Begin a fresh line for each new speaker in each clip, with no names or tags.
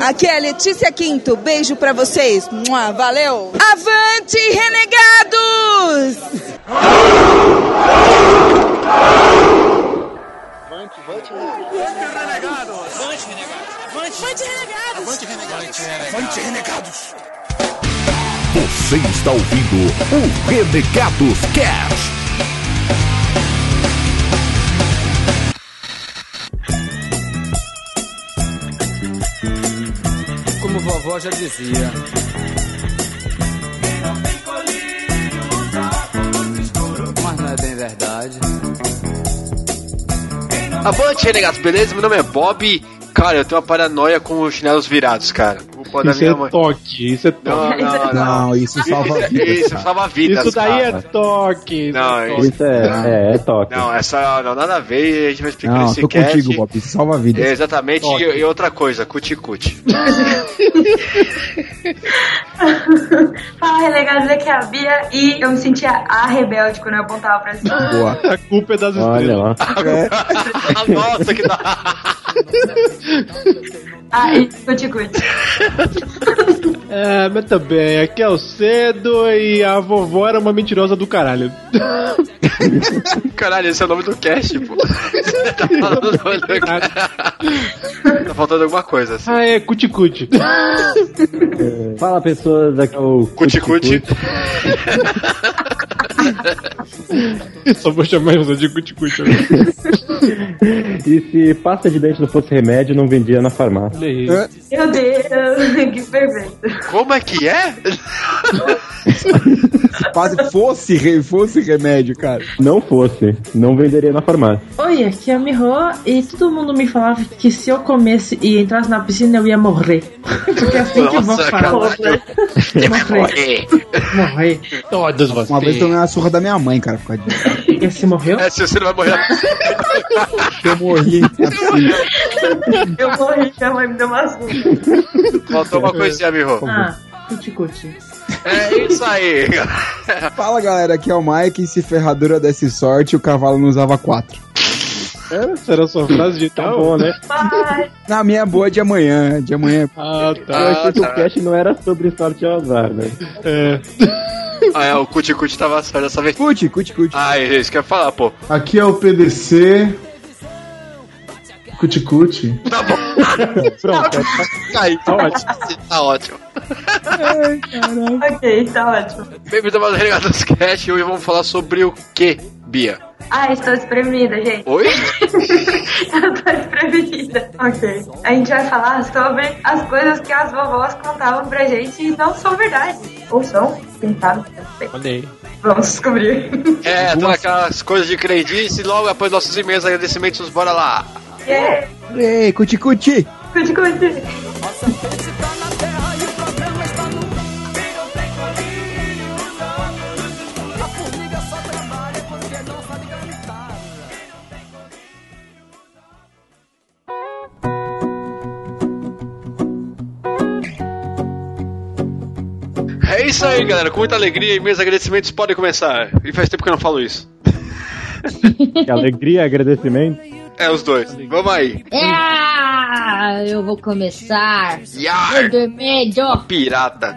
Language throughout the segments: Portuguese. Aqui é a Letícia Quinto, beijo pra vocês. Mua, valeu! Avante, renegados!
Você está ouvindo o Renegados Cast.
Como vovó já dizia. Mas não é bem verdade.
Avante, renegados, beleza? Meu nome é Bob. Cara, eu tenho uma paranoia com os chinelos virados, cara. O pó da
Isso
minha
é
mãe.
toque, isso é
Não,
toque.
não, não.
Não, isso salva
Isso,
vidas.
isso
um cara.
salva vidas.
isso daí
cara.
é toque. isso
Não,
é
isso-
toque.
Isso é, é, é toque.
Não, essa não nada a ver, a gente vai explicar
Não,
esse
tô
cast.
contigo, Bob. Isso salva vidas.
É, exatamente,
Toque.
e, e outra coisa, cuti-cuti.
Fala, relegados, aqui é a Bia e eu me sentia a rebelde quando eu apontava pra cima.
Boa.
A culpa é das
Olha
estrelas.
lá.
Ah, Nossa, que da...
Ah, e cuti-cuti.
É, mas também, aqui é o cedo e a vovó era uma mentirosa do caralho.
Caralho, esse é o nome do cast, pô. Você tá falando o nome do cast. Tá faltando alguma coisa, assim.
Ah, é cuticute.
Fala, pessoas. Aqui é o
Cuti-cuti.
Só vou chamar você de cuticute agora.
E se pasta de dente não fosse remédio, não vendia na farmácia.
Olha isso.
Meu Deus, que perfeito.
Como é que é?
Quase fosse, re- fosse remédio, cara.
Não fosse, não venderia na farmácia.
Oi, aqui é a Miho e todo mundo me falava que se eu comesse e entrasse na piscina eu ia morrer. Porque é assim que eu vou
Nossa,
falar.
caralho.
Morrer, morrer.
Então,
Todos vocês.
Uma vez eu tomei uma surra da minha mãe, cara, por causa disso.
E se morreu?
É, se você não vai morrer.
Eu morri.
É assim.
Eu morri, minha mãe me deu uma surra.
Faltou uma coisinha, Miho.
Ah, cuti-cuti.
É isso aí.
Fala, galera, aqui é o Mike e se ferradura desse sorte, o cavalo não usava quatro.
Essa era a sua frase de
É? Tá
tal. tá.
bom, né?
Pai,
Na minha boa de amanhã, de amanhã.
Ah, tá.
Eu achei que
tá.
o cast não era sobre sorte e azar, né?
É.
Ah, é, o cuti-cuti tava só dessa vez.
Cute, cute, cute.
Ah, é isso que eu ia falar, pô.
Aqui é o PDC. Cuticute.
é Tá ótimo.
Tá ótimo.
ok, tá ótimo.
Bem-vindo ao Renegados Cast e hoje vamos falar sobre o que, Bia?
Ah, estou espremida, gente.
Oi?
eu tô espremida. Ok. A gente vai falar sobre as coisas que as vovós contavam pra gente e não são verdade. Ou são, quem sabe, não sei.
Olha aí.
Vamos descobrir.
É, todas aquelas coisas de crendice e logo após nossos e-mails agradecimentos, bora lá.
yeah.
Ei, cute, cute.
Cuti-cuti.
É isso aí, galera. Com muita alegria e meus agradecimentos podem começar. E faz tempo que eu não falo isso.
Que alegria, agradecimento.
É, os dois. Vamos aí.
Ah, eu vou começar.
Yar!
Vermelho.
Pirata.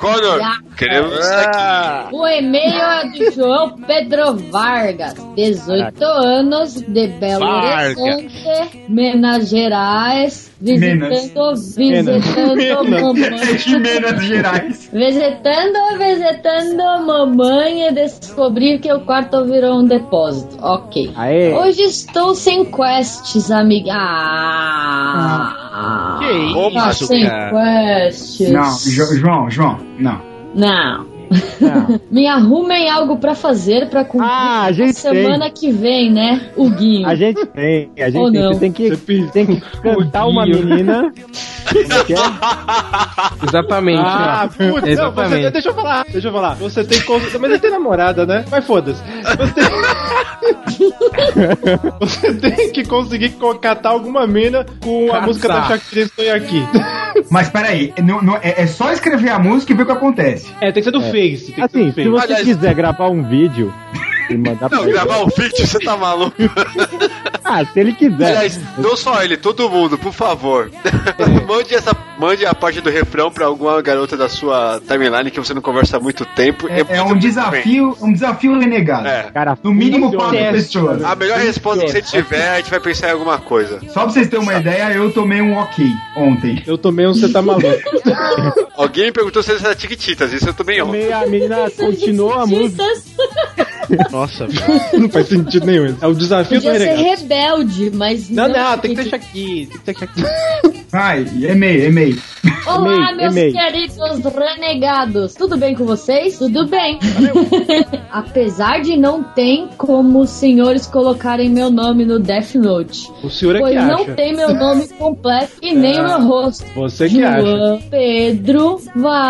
Connor,
Yar.
queremos isso aqui.
O e-mail é do João Pedro Vargas, 18 anos, de Belo
Vargas.
Horizonte, Minas Gerais, visitando, visitando,
Minas.
mamãe,
De Minas Gerais.
visitando, visitando mamãe e descobrir que o quarto virou um depósito. Ok.
Aê!
Hoje estou sem quests, amiga. Ah,
Como
tá
assim?
sem quests.
Não, Jo- João, João, não.
Não. Me arrumem algo pra fazer pra cumprir
Ah, a
a
gente tem.
semana que vem, né, Huguinho?
A gente tem. A gente
Ou
tem.
não.
Você tem que,
Você pediu
tem que cantar uma
pouquinho.
menina. Você quer?
Exatamente.
Ah,
ó.
putz, não, você,
Exatamente.
deixa eu falar, deixa eu falar. Você tem cons- mas ele tem namorada, né? Mas foda-se. Você tem... Você tem que conseguir co- catar alguma mina com a
Catar.
música da Shakira Estou aqui.
Mas peraí, não- não- é, é só escrever a música e ver o que acontece.
É, tem que ser do Face, tem que
Assim,
ser
se
do Face.
você
Aliás-
quiser gravar um vídeo e mandar pra
Não,
ele,
tá gravar um vídeo, você tá maluco.
Ah, se ele quiser.
Aliás, não só ele, todo mundo, por favor. mande, essa, mande a parte do refrão pra alguma garota da sua timeline que você não conversa há muito tempo.
É, é um
muito
desafio, um desafio renegado.
É.
Cara,
no mínimo quatro pessoas.
A melhor resposta que você tiver, a gente vai pensar em alguma coisa.
Só pra vocês terem uma ideia, eu tomei um ok ontem.
Eu tomei um você tá maluco.
Alguém me perguntou se era Tiquititas, isso eu também ontem.
a menina continuou a música.
Nossa, não faz sentido nenhum. É o desafio do
Podia ser
renegado.
rebelde, mas
Não,
não.
não, tem que deixar aqui. Tem que deixar aqui.
Ai, e-mail, e-mail.
Olá,
e-mail,
meus
e-mail.
queridos renegados. Tudo bem com vocês? Tudo bem. Apesar de não ter como os senhores colocarem meu nome no Death Note.
O senhor é
pois
que
não
acha. É.
tem meu nome completo e nem o meu rosto.
Você que acha.
Juan Pedro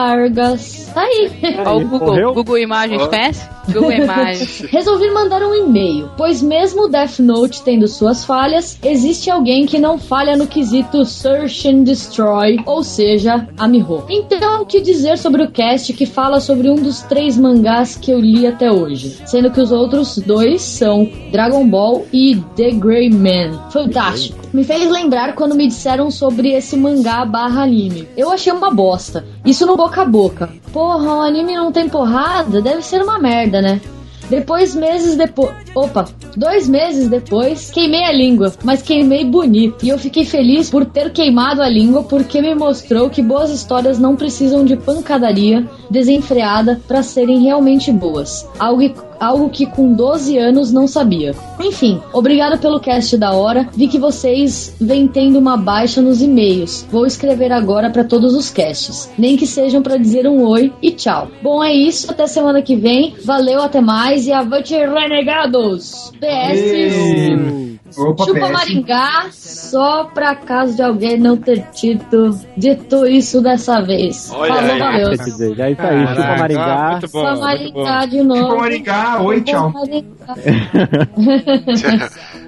Vargas. Tá aí.
Ó, o Google,
morreu?
Google Imagens,
Ó.
conhece? Google Imagens.
Resolvi mandar um e-mail, pois mesmo o Death Note tendo suas falhas, existe alguém que não falha no quesito Search and Destroy, ou seja, a Miho. Então, o que dizer sobre o cast que fala sobre um dos três mangás que eu li até hoje? Sendo que os outros dois são Dragon Ball e The Grey Man. Fantástico. Me fez lembrar quando me disseram sobre esse mangá barra anime. Eu achei uma bosta. Isso no boca a boca. Porra, um anime não tem porrada? Deve ser uma merda, né? Depois, meses depois. Opa, dois meses depois, queimei a língua, mas queimei bonito. E eu fiquei feliz por ter queimado a língua, porque me mostrou que boas histórias não precisam de pancadaria desenfreada para serem realmente boas. Algo algo que com 12 anos não sabia. Enfim, obrigado pelo cast da hora. Vi que vocês vêm tendo uma baixa nos e-mails. Vou escrever agora para todos os casts, nem que sejam para dizer um oi e tchau. Bom, é isso, até semana que vem. Valeu, até mais e avante renegados. PS
Opa,
Chupa
PS.
Maringá, só pra caso de alguém não ter tido dito isso dessa vez.
Olha
Falou,
aí.
valeu.
Quer dizer, já é isso aí. Chupa Maringá.
muito bom,
Chupa
muito bom.
Maringá de novo.
Chupa Maringá, oi,
Chupa
tchau.
Maringá.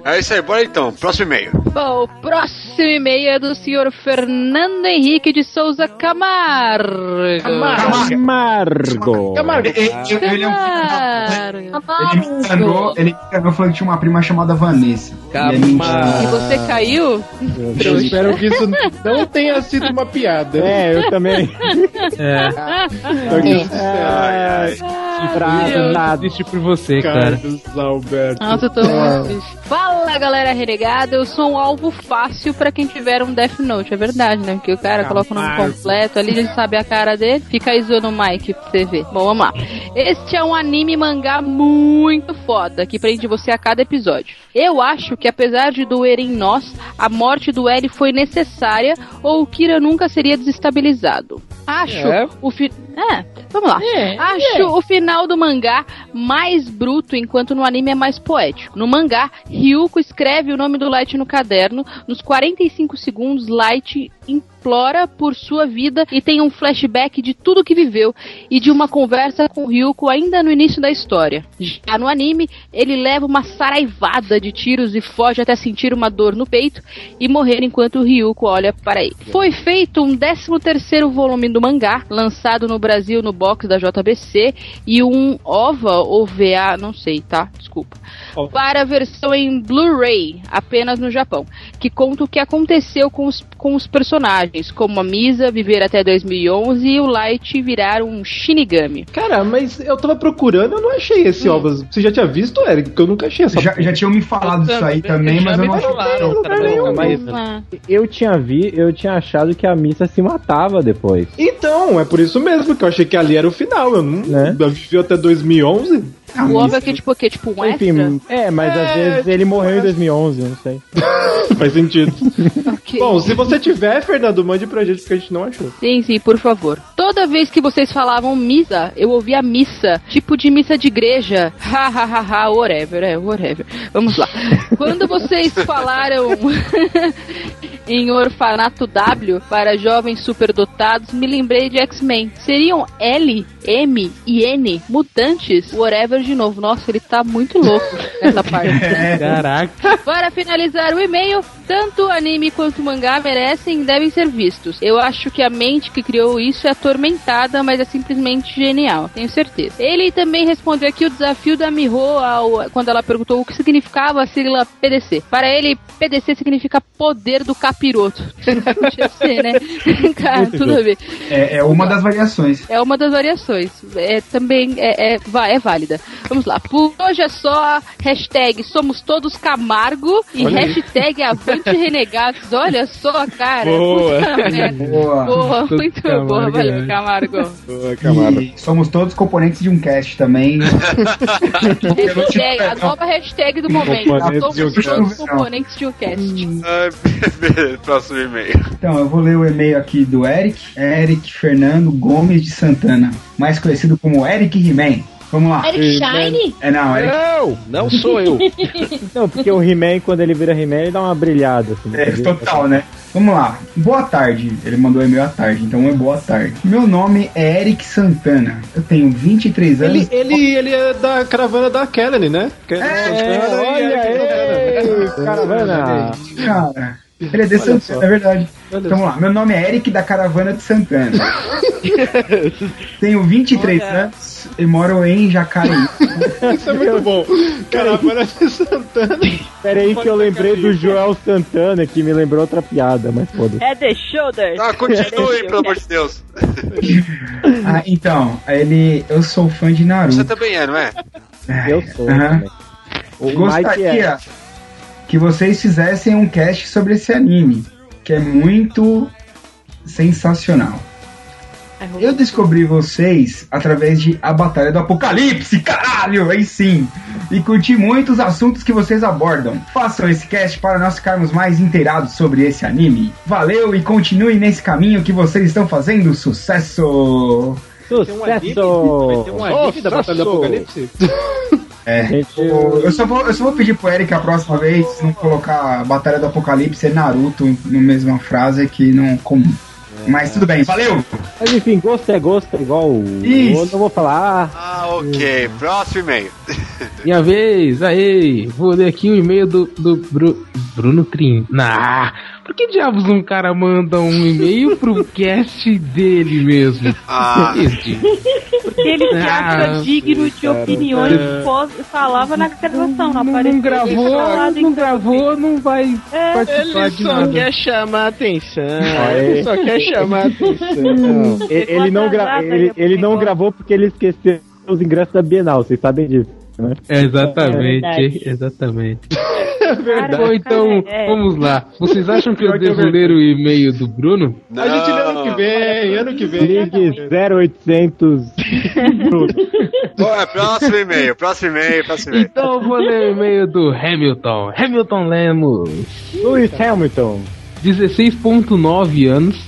É isso aí, bora então, próximo e-mail.
Bom, o próximo e-mail é do senhor Fernando Henrique de Souza Camargo.
Camargo.
E- e- e- Ele é um filho da-
Camargo.
ele me enganou, ele me enganou falando que tinha uma prima chamada Vanessa. Ele é mentira.
E você caiu?
Então, Eu espero que isso não tenha sido uma piada.
É, eu também. É.
Meu Deus do céu.
Ai,
Meu
Bravo, nada.
Triste por você, cara.
Carlos Alberto.
Nossa, eu tô
É.
muito triste. Fala galera renegada, eu sou um alvo fácil pra quem tiver um Death Note, é verdade, né? Porque o cara coloca o nome
Camargo.
completo ali, ele sabe a cara dele, fica aí zoando o Mike pra você ver. Bom, vamos lá. Este é um anime mangá muito foda que prende você a cada episódio. Eu acho que apesar de doer em nós, a morte do L foi necessária ou o Kira nunca seria desestabilizado. Acho
É.
o fi... É, vamos lá.
É,
Acho o final do mangá mais bruto, enquanto no anime é mais poético. No mangá, Ryuko escreve o nome do Light no caderno. Nos 45 segundos, Light implora por sua vida e tem um flashback de tudo que viveu e de uma conversa com Ryuko ainda no início da história. Já no anime, ele leva uma saraivada de tiros e foge até sentir uma dor no peito e morrer enquanto Ryuko olha para ele. Foi feito um 13º volume do mangá, lançado no Brasil no box da JBC e um OVA ou VA, não sei, tá? Desculpa.
Ó.
Para a versão em Blu-ray, apenas no Japão, que conta o que aconteceu com os, com os personagens, como a Misa viver até 2011 e o Light virar um Shinigami.
Cara, mas eu tava procurando, eu não achei esse
Hum.
ovas. Você já tinha visto, Eric? Porque eu nunca achei essa.
Já, já tinham me Tá falado disso aí também, mas eu não achei.
Não, tá não tem nenhum.
Ah,
Eu tinha vi, eu tinha achado que a missa se matava depois.
Então, é por isso mesmo que eu achei que ali era o final. Eu não.
Né?
Eu vivi até 2011.
Ah,
o OVA
mas-
é que tipo o quê? Tipo um extra?
Enfim, é, mas às
tipo,
tipo,
vezes ele morreu em 2011, não sei.
Faz sentido.
Ok.
Bom, se você tiver, Fernando, mande pra gente porque a gente não achou.
Sim, sim, por favor. Toda vez que vocês falavam missa, eu ouvia missa. Tipo de missa de igreja. Ha, ha, ha, ha, whatever, é, whatever. Vamos lá. Quando vocês falaram em Orfanato W para jovens superdotados, me lembrei de X-Men. Seriam L, M e N mutantes? Whatever de novo. Nossa, ele tá muito louco nessa parte.
É.
É,
Caraca.
Para finalizar o e-mail, tanto anime quanto mangá merecem e devem ser vistos. Eu acho que a mente que criou isso é atormentada, mas é simplesmente genial, tenho certeza. Ele também respondeu aqui o desafio da Miho ao, quando ela perguntou o que significava a sigla PDC. Para ele, PDC significa poder do capiroto. Podia ser, né? Cara,
Muito
tudo
bom.
bem.
É, é uma das variações.
É uma das variações. É, também é, é, va- é válida. Vamos lá. Por hoje é só. Hashtag somos todos Camargo e
Olha aí.
hashtag Avante Renegados. Olha só, cara.
Boa.
Puta merda.
Boa.
Boa,
Todos
muito
Camargo,
boa. Valeu,
né?
Camargo.
E somos todos componentes de um cast também.
hashtag, a nova hashtag do momento.
Componentes de um
Somos todos
cast.
componentes de um cast.
Ai, beleza, próximo e-mail.
Então, eu vou ler o e-mail aqui do Eric. É Eric Fernando Gomes de Santana, mais conhecido como Eric He-Man. Vamos lá.
Eric Shine?
É, não, Eric.
Não,
não sou eu.
não, porque o He-Man, quando ele vira He-Man, ele dá uma brilhada. Assim,
É, total, né? Vamos lá. Boa tarde. Ele mandou e-mail à tarde, então é boa tarde. Meu nome é Eric Santana. Eu tenho 23
Né?
anos.
Ele, ele, ele é da caravana da Kelly, né?
É,
é
olha aí, caravana.
Cara, ele é de
Olha só.
Santana, é verdade. Então vamos lá, meu nome é Eric da Caravana de Santana. Tenho 23 anos e moro em Jacareí.
Isso é muito bom. Caravana de Santana.
Pera aí que eu lembrei do Joel Santana, que me lembrou outra piada, mas foda-se.
É The Shoulders.
Ah,
É
continue,
The
pelo amor de Deus.
Ah, então, ele, eu sou fã de Naruto.
Você também é, não é?
Eu sou.
tá
Gostaria
é.
Mike
que vocês fizessem um cast sobre esse anime, que é muito sensacional. Eu descobri vocês através de A Batalha do Apocalipse, caralho, aí sim. E curti muito os assuntos que vocês abordam. Façam esse cast para nós ficarmos mais inteirados sobre esse anime. Valeu e continuem nesse caminho que vocês estão fazendo. Sucesso!
Tem um anime? Vai ter um anime da Batalha do Apocalipse?
É. O- Eu, só vou, eu só vou pedir pro Eric a próxima vez não colocar Batalha do Apocalipse e Naruto na mesma frase que não é comum.
É.
Mas tudo bem, valeu!
Mas enfim, gosto é gosto, é igual o
Isso.
outro, eu vou falar. ah,
Ah, ok. Próximo e-mail.
Minha vez, aí, vou ler aqui o e-mail do, do Bru- Bruno Trin. Ah, por que diabos um cara manda um e-mail pro cast dele mesmo?
Ah.
Existe.
Porque ele se acha
Ah,
digno de
cara,
opiniões
cara.
pós- falava na gravação, não, apareceu.
Não
ele
gravou,
falado em-
não gravou, não vai
É.
participar de nada.
chamar atenção.
Ele só quer chamar
atenção.
E- Ele, não, gra ele, ele não gravou porque ele esqueceu os ingressos da Bienal, vocês sabem disso, né?
É, Exatamente,
É verdade.
exatamente.
É verdade.
Bom, então,
Cara, é.
vamos lá. Vocês acham que eu
Pior que é
devo ler o e-mail do Bruno?
A gente lê ano que vem, ano que vem.
Ligue 0800.
Bora, é, próximo e-mail, próximo e-mail, próximo e-mail.
Então eu vou ler o e-mail do Hamilton. Hamilton Lemos.
Lewis Hamilton.
16.9 anos.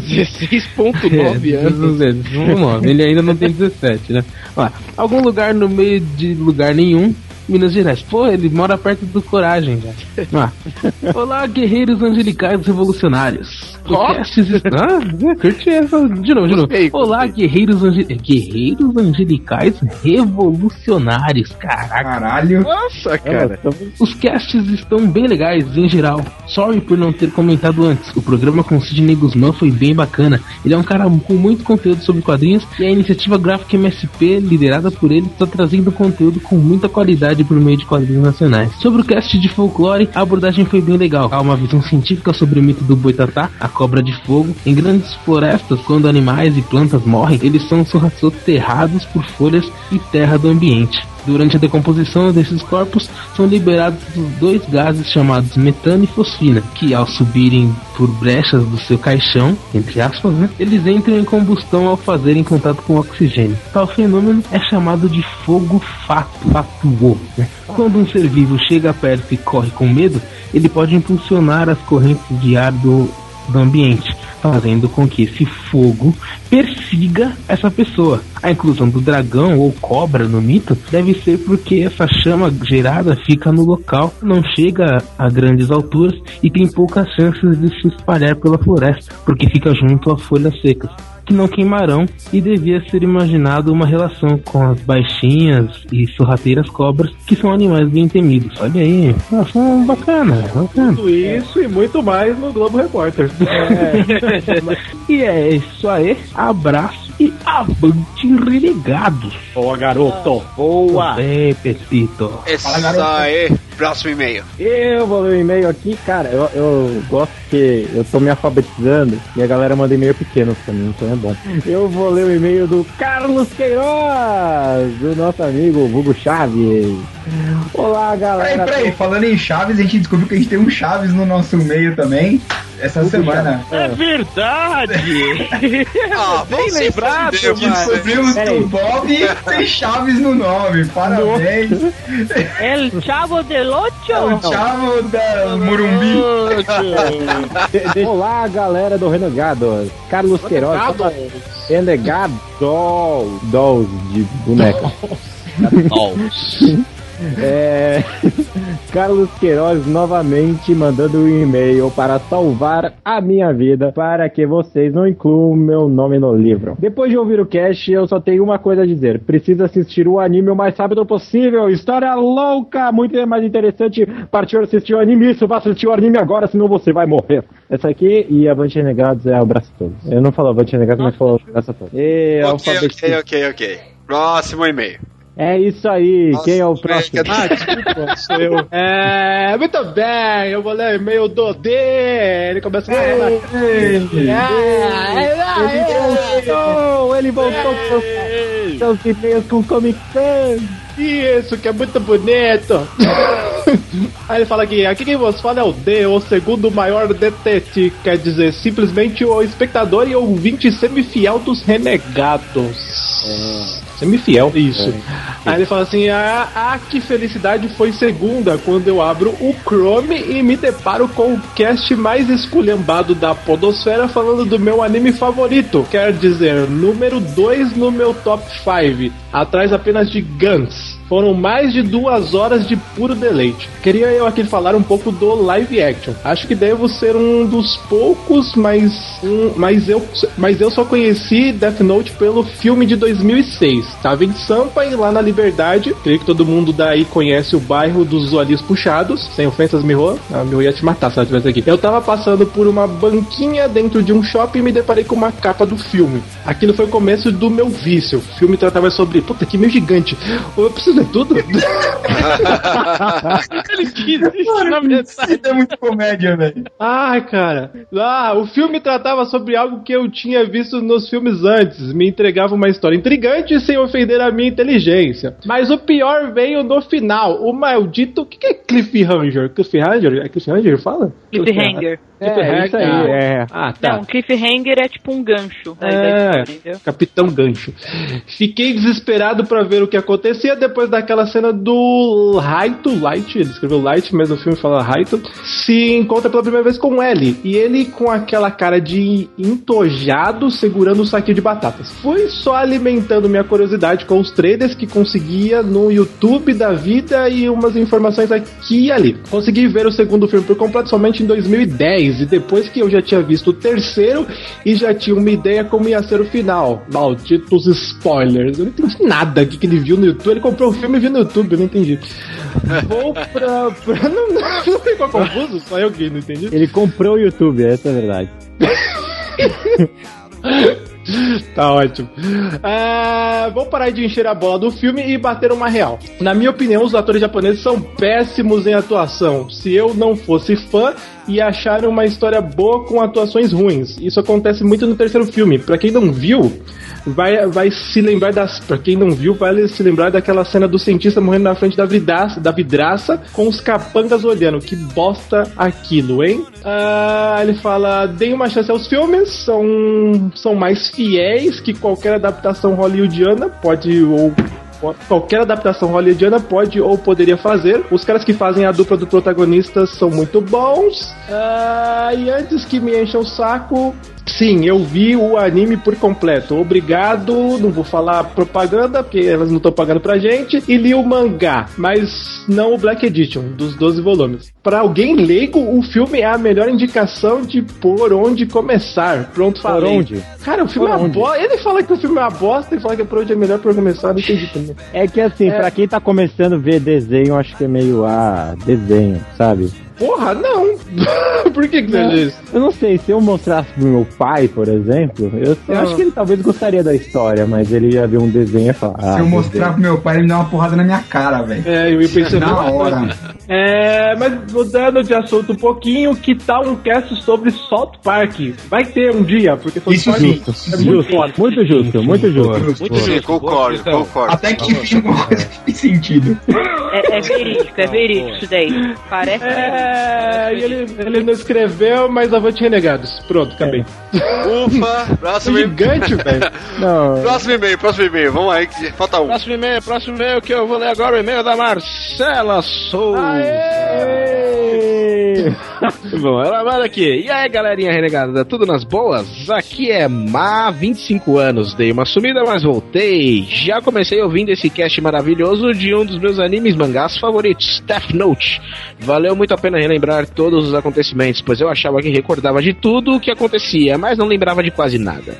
16.9
É,
anos.
16.9. Ele ainda não tem 17, né? Ó, algum lugar no meio de lugar nenhum, Minas Gerais. Pô, ele mora perto do Coragem, velho. Ó. Olá, guerreiros angelicais revolucionários.
Ó.
Podcasts est- Ah, é, curti essa. De novo, de novo. Olá, guerreiros, ange... guerreiros angelicais revolucionários. Caraca.
Caralho.
Nossa,
cara. Os casts estão bem legais em geral. Sorry por não ter comentado antes. O programa com Sidney Guzmán foi bem bacana. Ele é um cara com muito conteúdo sobre quadrinhos e a iniciativa gráfica MSP, liderada por ele, está trazendo conteúdo com muita qualidade por meio de quadrinhos nacionais. Sobre o cast de folclore, a abordagem foi bem legal. Há uma visão científica sobre o mito do boitatá, a cobra de fogo. Em grandes florestas, quando animais e plantas morrem, eles são soterrados por folhas e terra do ambiente. Durante a decomposição desses corpos, são liberados os dois gases chamados metano e fosfina, que ao subirem por brechas do seu caixão, entre aspas, né, eles entram em combustão ao fazerem contato com o oxigênio. Tal fenômeno é chamado de fogo fato, fatuo. né? Quando um ser vivo chega perto e corre com medo, ele pode impulsionar as correntes de ar do, do ambiente, fazendo com que esse fogo persiga essa pessoa. A inclusão do dragão ou cobra no mito deve ser porque essa chama gerada fica no local, não chega a grandes alturas e tem poucas chances de se espalhar pela floresta, porque fica junto a folhas secas. Que não queimarão e devia ser imaginado uma relação com as baixinhas e sorrateiras cobras, que são animais bem temidos. Olha aí, relação bacana, bacana.
Tudo isso e muito mais no Globo Repórter. É.
e é isso aí. Abraço e avante renegados.
Boa, garoto.
Boa. Bem, Pepito.
Essa aí, próximo e-mail.
Eu vou ler um e-mail aqui, cara. Eu, eu gosto que eu tô me alfabetizando e a galera manda e-mail pequeno pra mim, então é bom. Eu vou ler o e-mail do Carlos Queiroz, do nosso amigo Hugo Chaves. Olá,
Peraí,
galera.
peraí, falando em Chaves, a gente descobriu que a gente tem um Chaves no nosso meio também essa semana.
É verdade!
ah,
Bem lembrado, mano.
Descobrimos que o Bob tem Chaves no nome, parabéns!
El Chavo del Ocho.
O Chavo da Murumbi!
De- de- Olá, galera do Renegados. Carlos Queiroz. Renegados. Dolls de boneca. É, Carlos Queiroz novamente mandando um e-mail para salvar a minha vida para que vocês não incluam meu nome no livro. Depois de ouvir o cast, eu só tenho uma coisa a dizer: precisa assistir o anime o mais rápido possível. História louca, muito mais interessante. Partiu assistir o anime, isso vai assistir o anime agora, senão você vai morrer. Essa aqui e Avante Negados é o braço todo. Eu não falo Avante Negados, mas falo abraço todo. E
Ok,
alfabetização.
ok, ok, ok. Próximo e-mail.
É isso aí, quem é o próximo?
Ah, desculpa, sou eu. É, muito bem, eu vou ler o e-mail do D. Ele começa Ah, a falar.
Ele voltou, ele voltou
com
seus e-mails com Comic Sans.
Isso, que é muito bonito. Aí ele fala aqui, aqui quem vos fala é o D, o segundo maior detetive, quer dizer, simplesmente o espectador e ouvinte semifiel dos renegados. Semifiel, isso. Aí ele fala assim, ah, ah, que felicidade foi segunda, quando eu abro o Chrome e me deparo com o cast mais esculhambado da podosfera falando do meu anime favorito, quer dizer, número 2 no meu top 5, atrás apenas de Guns. Foram mais de duas horas de puro deleite. Queria eu aqui falar um pouco do live action. Acho que devo ser um dos poucos, mas, um, mas, eu, mas eu só conheci Death Note pelo filme de 2006. Tava em Tá Sampa e lá na Liberdade. Creio que todo mundo daí conhece o bairro dos olhos puxados. Sem ofensas, Miho. A Miho ia te matar se ela estivesse aqui. Eu tava passando por uma banquinha dentro de um shopping e me deparei com uma capa do filme. Aquilo foi o começo do meu vício. O filme tratava sobre. Puta, que meio gigante. Eu preciso ler tudo? Ele quis isso na metade.
É muito comédia, velho.
Ah, cara. Ah, o filme tratava sobre algo que eu tinha visto nos filmes antes. Me entregava uma história intrigante sem ofender a minha inteligência. Mas o pior veio no final. O maldito. O que, que é Cliffhanger? Cliffhanger? É Cliffhanger? Fala?
Cliffhanger.
É, isso aí, é.
Ah, tá.
Não, um cliffhanger é tipo um gancho. da ideia de-
É, Capitão Gancho. Fiquei desesperado pra ver o que acontecia depois daquela cena do Raito, Light, ele escreveu Light, mas no filme fala Raito, se encontra pela primeira vez com L. E ele com aquela cara de entojado segurando o saquinho de batatas. Fui só alimentando minha curiosidade com os trailers que conseguia no YouTube da vida e umas informações aqui e ali. Consegui ver o segundo filme por completo somente em 2010 e depois que eu já tinha visto o terceiro e já tinha uma ideia como ia ser o final. Malditos spoilers. Eu não entendi nada do que ele viu no YouTube. Ele comprou o filme e viu no YouTube, eu não entendi. Vou pra. pra- Não, não, não ficou confuso? Só eu que não entendi.
Ele comprou o YouTube, essa é a verdade.
tá ótimo. É, vou parar de encher a bola do filme e bater uma real. Na minha opinião, os atores japoneses são péssimos em atuação. Se eu não fosse fã e achar uma história boa com atuações ruins, isso acontece muito no terceiro filme. Pra quem não viu, vai, vai se lembrar das. Pra quem não viu, vai se lembrar daquela cena do cientista morrendo na frente da vidraça, da vidraça com os capangas olhando. Que bosta aquilo, hein? Ah, ele fala: deem uma chance aos filmes, são, são mais fiéis que qualquer adaptação hollywoodiana, pode ou. Qualquer adaptação hollywoodiana pode ou poderia fazer. Os caras que fazem a dupla do protagonista são muito bons. Ah, e antes que me encham o saco, Sim, eu vi o anime por completo. Obrigado, não vou falar propaganda, porque elas não estão pagando pra gente. E li o mangá, mas não o Black Edition, dos 12 volumes. Pra alguém leigo, o filme é a melhor indicação de por onde começar. Pronto, falei.
onde?
Cara, o filme
Por
é uma
onde?
bosta. Ele fala que o filme é uma bosta e fala que por onde é melhor pra começar, não entendi também.
É que assim, pra quem tá começando a ver desenho, acho que é meio, ah, desenho, sabe?
Porra, não! por que que você diz?
Eu não sei, se eu mostrasse pro meu pai, por exemplo, eu, eu
Ah.
acho que ele talvez gostaria da história, mas ele ia ver um desenho e ia falar.
Ah,
Se eu mostrar pro meu pai, ele me dá uma porrada na minha cara, velho.
É, eu ia pensando
Na hora.
É, mas mudando de assunto um pouquinho, que tal um cast sobre Salt Park? Vai ter um dia, porque Salt
Isso
Park
justo,
é muito
justo,
foda.
muito justo, muito justo.
Sim, concordo, concordo.
Até que
Tá
enfim, uma coisa que fez sentido.
É, é verídico, é verídico isso daí. Parece.
É, e ele, ele não escreveu, mas avante renegados. Pronto, acabei. É
Ufa, próximo e-mail.
Gigante, velho.
Próximo e-mail, próximo e-mail. Vamos aí, que falta um.
Próximo e-mail, próximo e-mail que eu vou ler agora o e-mail da Marcela Souza. Bom, ela manda aqui. E aí, galerinha renegada, tudo nas boas? Aqui é Má, 25 anos. Dei uma sumida, mas voltei. Já comecei ouvindo esse cast maravilhoso de um dos meus animes mangás favoritos, Death Note. Valeu muito a pena relembrar todos os acontecimentos, pois eu achava que recordava de tudo o que acontecia, mas não lembrava de quase nada.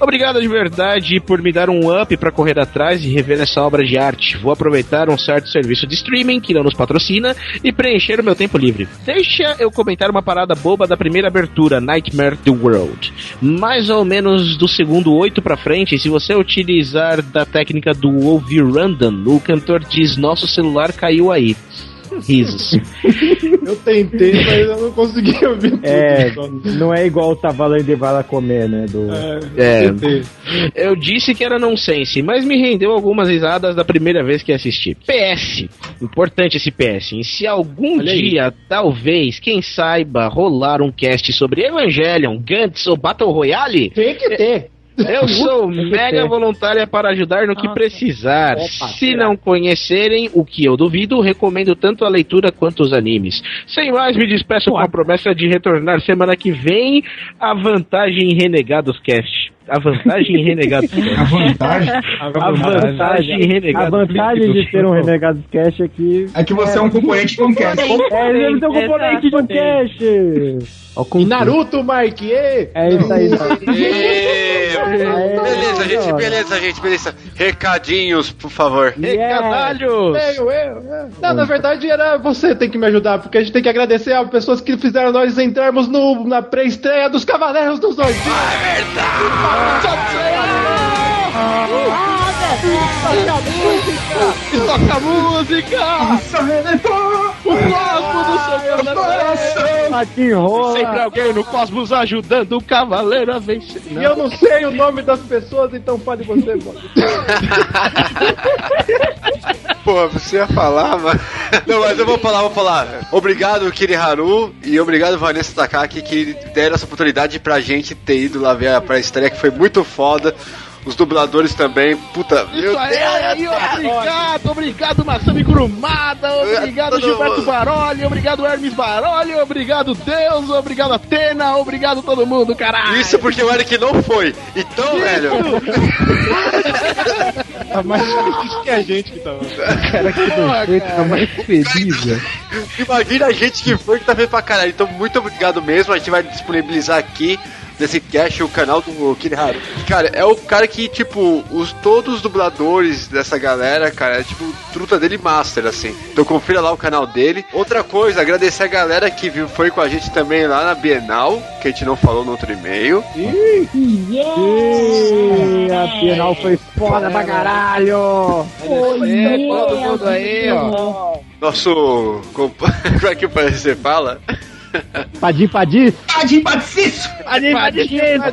Obrigado de verdade por me dar um up pra correr atrás e rever essa obra de arte. Vou aproveitar um certo serviço de streaming que não nos patrocina e preencher o meu tempo livre. Deixa eu comentar uma parada boba da primeira abertura, Nightmare the World. Mais ou menos do segundo 8 pra frente, se você utilizar da técnica do ouvir random, o cantor diz: Nosso celular caiu aí. Risos.
Eu tentei, mas eu não consegui ouvir tudo.
É,
só.
não é igual o Tavalã de Bala comer, né? Do...
É. Eu disse que era nonsense, mas me rendeu algumas risadas da primeira vez que assisti. PS, importante esse PS. hein? Se algum dia, talvez, quem saiba, rolar um cast sobre Evangelion, Gantz ou Battle Royale. é,
Tem que ter.
Eu sou
Tem que
mega
ter.
voluntária para ajudar no que precisar.
Opa,
Se não conhecerem, o que eu duvido, recomendo tanto a leitura quanto os animes. Sem mais, me despeço com a promessa de retornar semana que vem a vantagem em Renegados Cast. A vantagem em Renegados Cast.
A vantagem?
A vantagem em
a
Renegados
vantagem de ser um renegado de cash é que.
É que você é um componente de um cast.
É, ele é um componente de um
E Naruto, Mike! ê!
É isso aí,
Ê, Beleza, gente, beleza, gente, beleza. Recadinhos, por favor.
É.
Recadalhos!
Eu, eu, eu. Não, na verdade era você que tem que me ajudar, porque a gente tem que agradecer a pessoas que fizeram nós entrarmos no, na pré-estreia dos Cavaleiros do Zodíaco.
E toca a música! O cosmos do seu coração!
Aqui
Sempre alguém no cosmos ajudando o cavaleiro a vencer.
E eu não sei o nome das pessoas, então fale você, mano.
Pô, você ia falar, mano. Não, mas eu vou falar, vou falar. Obrigado, Kiri Haru, e obrigado, Vanessa Takaki, que deram essa oportunidade pra gente ter ido lá ver a pré-estreia, que foi muito foda. Os dubladores também, puta, meu
Isso aí, aí, obrigado, obrigado Massami Grumada, obrigado
É, todo
Gilberto
mundo.
Baroli, obrigado Hermes Baroli, obrigado Deus, obrigado Atena, obrigado todo mundo, caralho.
Isso porque o Eric não foi. Então, velho.
Tá mais feliz que a gente que tá. tava.
Cara, que doido, tá mais feliz, velho.
Imagina a gente que foi que tá vendo pra caralho. Então, muito obrigado mesmo. A gente vai disponibilizar aqui nesse cast o canal do Kiriharu. Cara, é o cara que, tipo, os, todos os dubladores dessa galera, cara, é tipo truta dele master, assim. Então confira lá o canal dele. Outra coisa, agradecer a galera que viu, foi com a gente também lá na Bienal, que a gente não falou no outro e-mail.
Ih, a final foi foda pra caralho!
É, todo mundo aí, ó.
Nosso. compa- Como é que você fala?
Padim, padim!
Padim, Padim,
Padim,
Tá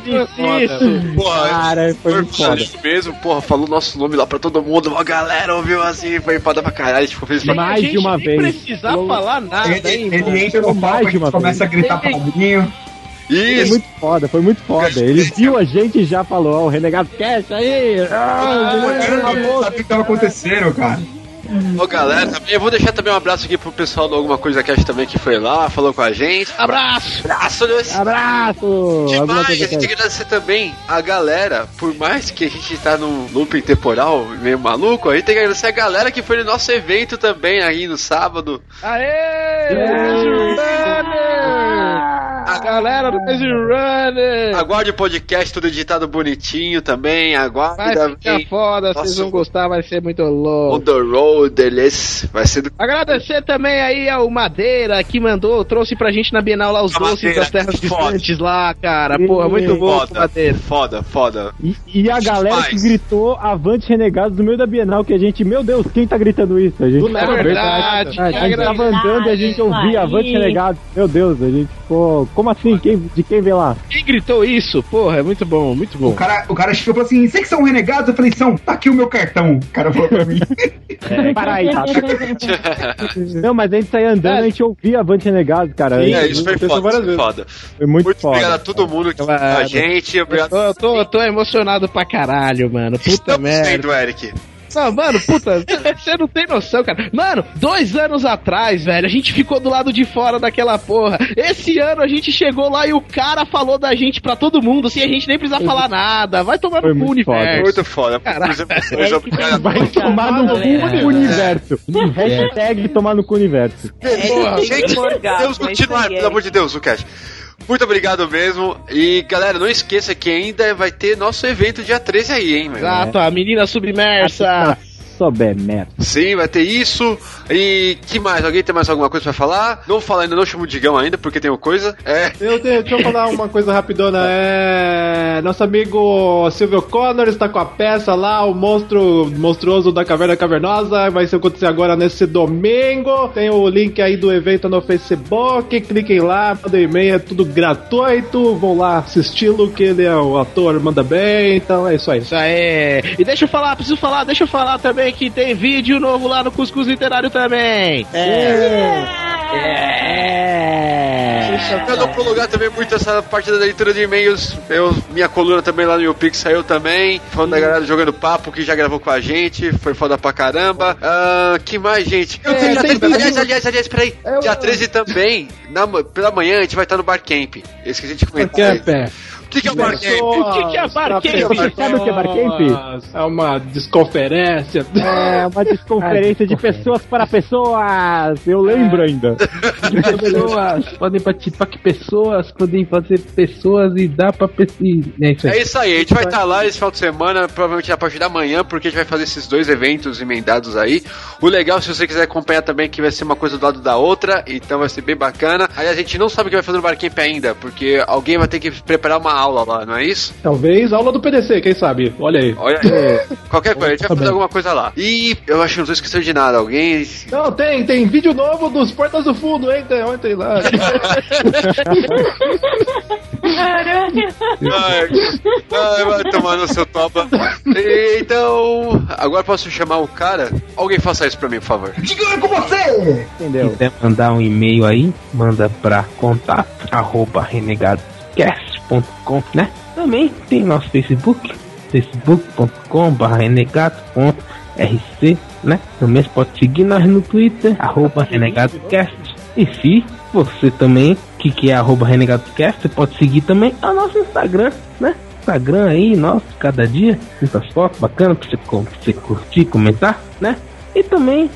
Porra,
Cara, foi muito
Foi
foda.
isso mesmo, porra, falou nosso nome lá pra todo mundo, uma galera ouviu assim, foi foda pra caralho, a gente ficou feliz pra
Mais de uma vez.
precisar falar nada, hein,
Ele,
irmão?
ele entra no palco, a gente começa a gritar padrinho.
Foi
Isso,
muito foda, foi muito foda. Ele viu a gente e já falou, ó, o Renegado Cash aí! Ah,
é,
O cara não sabe o que tava acontecendo, cara.
Ô galera, também eu vou deixar também um abraço aqui pro pessoal do Alguma Coisa Cast também que foi lá, falou com a gente. Abraço! Abraço, Deus.
Abraço! Alguma
Demais, a
coisa
gente tem que agradecer também a galera, por mais que a gente tá num looping temporal meio maluco, a gente tem que agradecer a galera que foi no nosso evento também aí no sábado. A galera do Crazy Runner! Aguarde o podcast, tudo editado bonitinho também,
Vai
aguarde.
ficar foda, vocês
Nossa,
vão gostar, vai ser muito
On
louco.
the road, deles. Vai ser do
Agradecer também aí ao Madeira que mandou, trouxe pra gente na Bienal lá os
A
doces
Madeira,
das terras
que foda.
distantes lá, cara. Porra, muito bom.
Foda, foda, foda.
E, e a galera que gritou Avante Renegados no meio da Bienal, que a gente, meu Deus, quem tá gritando isso? A gente,
Do nada,
É
verdade,
a gente tava
verdade,
andando e a gente
isso aí.
ouvia Avante Renegados. Meu Deus, a gente ficou. Como assim? Quem, de quem vê lá?
Quem gritou isso? Porra, é muito bom, muito bom.
O cara, o cara chegou e falou assim: vocês que são renegados? Eu falei: são, tá aqui o meu cartão. O cara falou pra mim.
É, para aí, tá? Não, mas a gente saía andando e a gente ouvia Avante Renegados, cara.
Sim,
A
é,
gente
isso foi
pensou
foda,
várias
isso foi
vezes.
foda.
Foi muito, foda.
Obrigado a todo mundo que
Claro.
a gente, obrigado.
Eu tô, eu tô emocionado pra caralho, mano. Puta merda.
Sendo, Eric.
Não, mano, puta, você não tem noção, cara. Mano, dois anos atrás, velho, a gente ficou do lado de fora daquela porra. Esse ano a gente chegou lá e o cara falou da gente pra todo mundo, assim, a gente nem precisa falar nada. Vai tomar no cu, universo.
Muito foda.
Caralho.
Vai tomar no cu o universo. É. Hashtag tomar no cu universo.
Porra,
tem
gente,
que orgasmo,
Deus continuar, pelo amor de Deus, o Cash. Muito obrigado mesmo. E galera, não esqueça que ainda vai ter nosso evento dia 13 aí, hein, meu?
Exato, a menina submersa.
tá
Sober merda.
Sim, vai ter isso. E que mais? Alguém tem mais alguma coisa pra falar? Não fala ainda, não chama o Digão ainda, porque tem uma coisa. É.
Eu tenho, deixa eu falar uma coisa rapidona. É, nosso amigo Silvio Connor está com a peça lá, o monstro monstruoso da caverna cavernosa. Vai ser acontecer agora nesse domingo. Tem o link aí do evento no Facebook. Cliquem lá, mandem e-mail, é tudo gratuito. Vão lá assisti-lo, que ele é o ator, manda bem. Então é isso aí. Isso
aí. E deixa eu falar, preciso falar, deixa eu falar também que tem vídeo novo lá no Cuscuz Literário também.
Eu dou pro lugar também muito essa parte da leitura de e-mails. Eu, minha coluna também lá no YouPix saiu também. Falando da galera jogando papo que já gravou com a gente. Foi foda pra caramba. Ah, que mais, gente?
Eu tenho-
dia
eu tenho
13,
vídeo.
aliás, aliás, aliás, peraí. dia 13 também, na, ma- pela manhã, a gente vai estar no Barcamp. Esqueci de comentar. isso. O que, que é o Barcamp?
Pessoas,
Barcamp?
Sabe o que é Barcamp?
É uma desconferência.
É uma desconferência de pessoas para pessoas. Eu lembro ainda.
Pessoas podem participar que pessoas podem fazer pessoas e dá pra pessoas. É isso aí.
É isso aí, a gente vai estar lá esse final de semana, provavelmente a partir da manhã, porque a gente vai fazer esses dois eventos emendados aí. O legal, se você quiser acompanhar também, que vai ser uma coisa do lado da outra, então vai ser bem bacana. Aliás, a gente não sabe o que vai fazer no Barcamp ainda, porque alguém vai ter que preparar uma aula lá, não é isso?
Talvez aula do PDC, quem sabe? Olha aí.
Olha aí. Qualquer coisa, a gente vai fazer alguma coisa lá. E eu acho que não tô esquecendo de nada, alguém.
Não, tem, tem vídeo novo dos Portas do Fundo, hein? Tem, ontem lá.
Ai, ai, vai tomar no seu toba. Então, agora posso chamar o cara? Alguém faça isso pra mim, por favor.
Digão, é com você!
Entendeu?
quiser mandar um e-mail aí, manda pra contato arroba renegadocast.com, né? Também tem nosso Facebook, facebook.com barra renegado.rc, né? Também você pode seguir nós no Twitter, arroba renegadocast. E se você também, que, que é arroba renegadocast, você pode seguir também o nosso Instagram, né? Instagram aí, nosso, cada dia, muitas fotos bacanas pra você, cu- pra você curtir, comentar, né? E também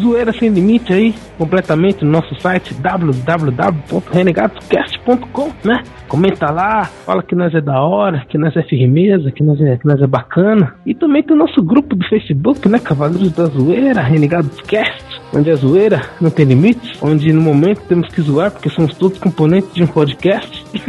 Zoeira Sem Limite aí, completamente no nosso site www.renegadoscast.com, né? Comenta lá, fala que nós é da hora, que nós é firmeza, que nós é, que nós é bacana. E também tem o nosso grupo do Facebook, né? Cavaleiros da Zoeira, Renegados Cast, onde a zoeira não tem limites, onde no momento temos que zoar porque somos todos componentes de um podcast. e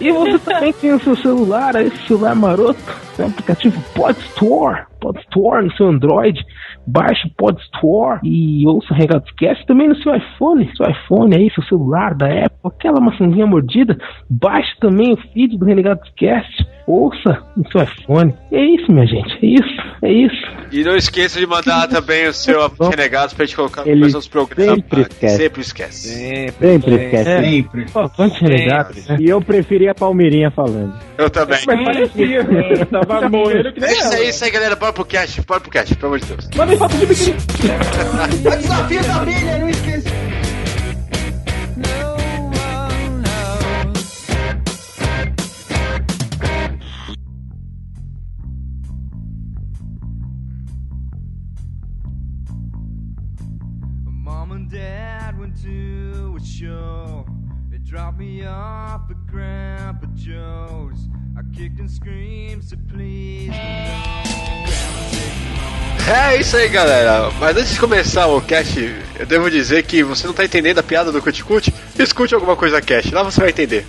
e você também tem o seu celular, aí, esse celular maroto, tem o aplicativo Pod Store, Pod Store no seu Android. baixe o Pod Store e ouça o Regatos Cast também no seu iPhone. Seu iPhone aí, seu celular da Apple, aquela maçãzinha mordida. Baixe também o feed do Renegados Cast. Ouça no seu iPhone. É isso, minha gente. É isso. É isso.
E não esqueça de mandar também o seu renegado pra gente colocar no
Ele
começo dos programas.
sempre esquece.
Sempre esquece. Sempre,
Sempre
É.
esquece. É.
É,
Pô, quantos Renegados, né?
E eu preferia a Palmeirinha falando.
Eu também.
Mas parecia, né? Tava moendo que nem
É isso
ela.
aí, isso aí, galera. Bora pro cast, bora pro cast, pelo amor de Deus.
Mandem foto de biquíni.
Desafio da milha, não esqueça.
Mom and Dad went to a show. They dropped me off at Grandpa Joe's. I kicked and screamed, so please.
É isso aí, galera. Mas antes de começar o cast, eu devo dizer que você não tá entendendo a piada do Cuticute? Escute alguma coisa cast, lá você vai entender.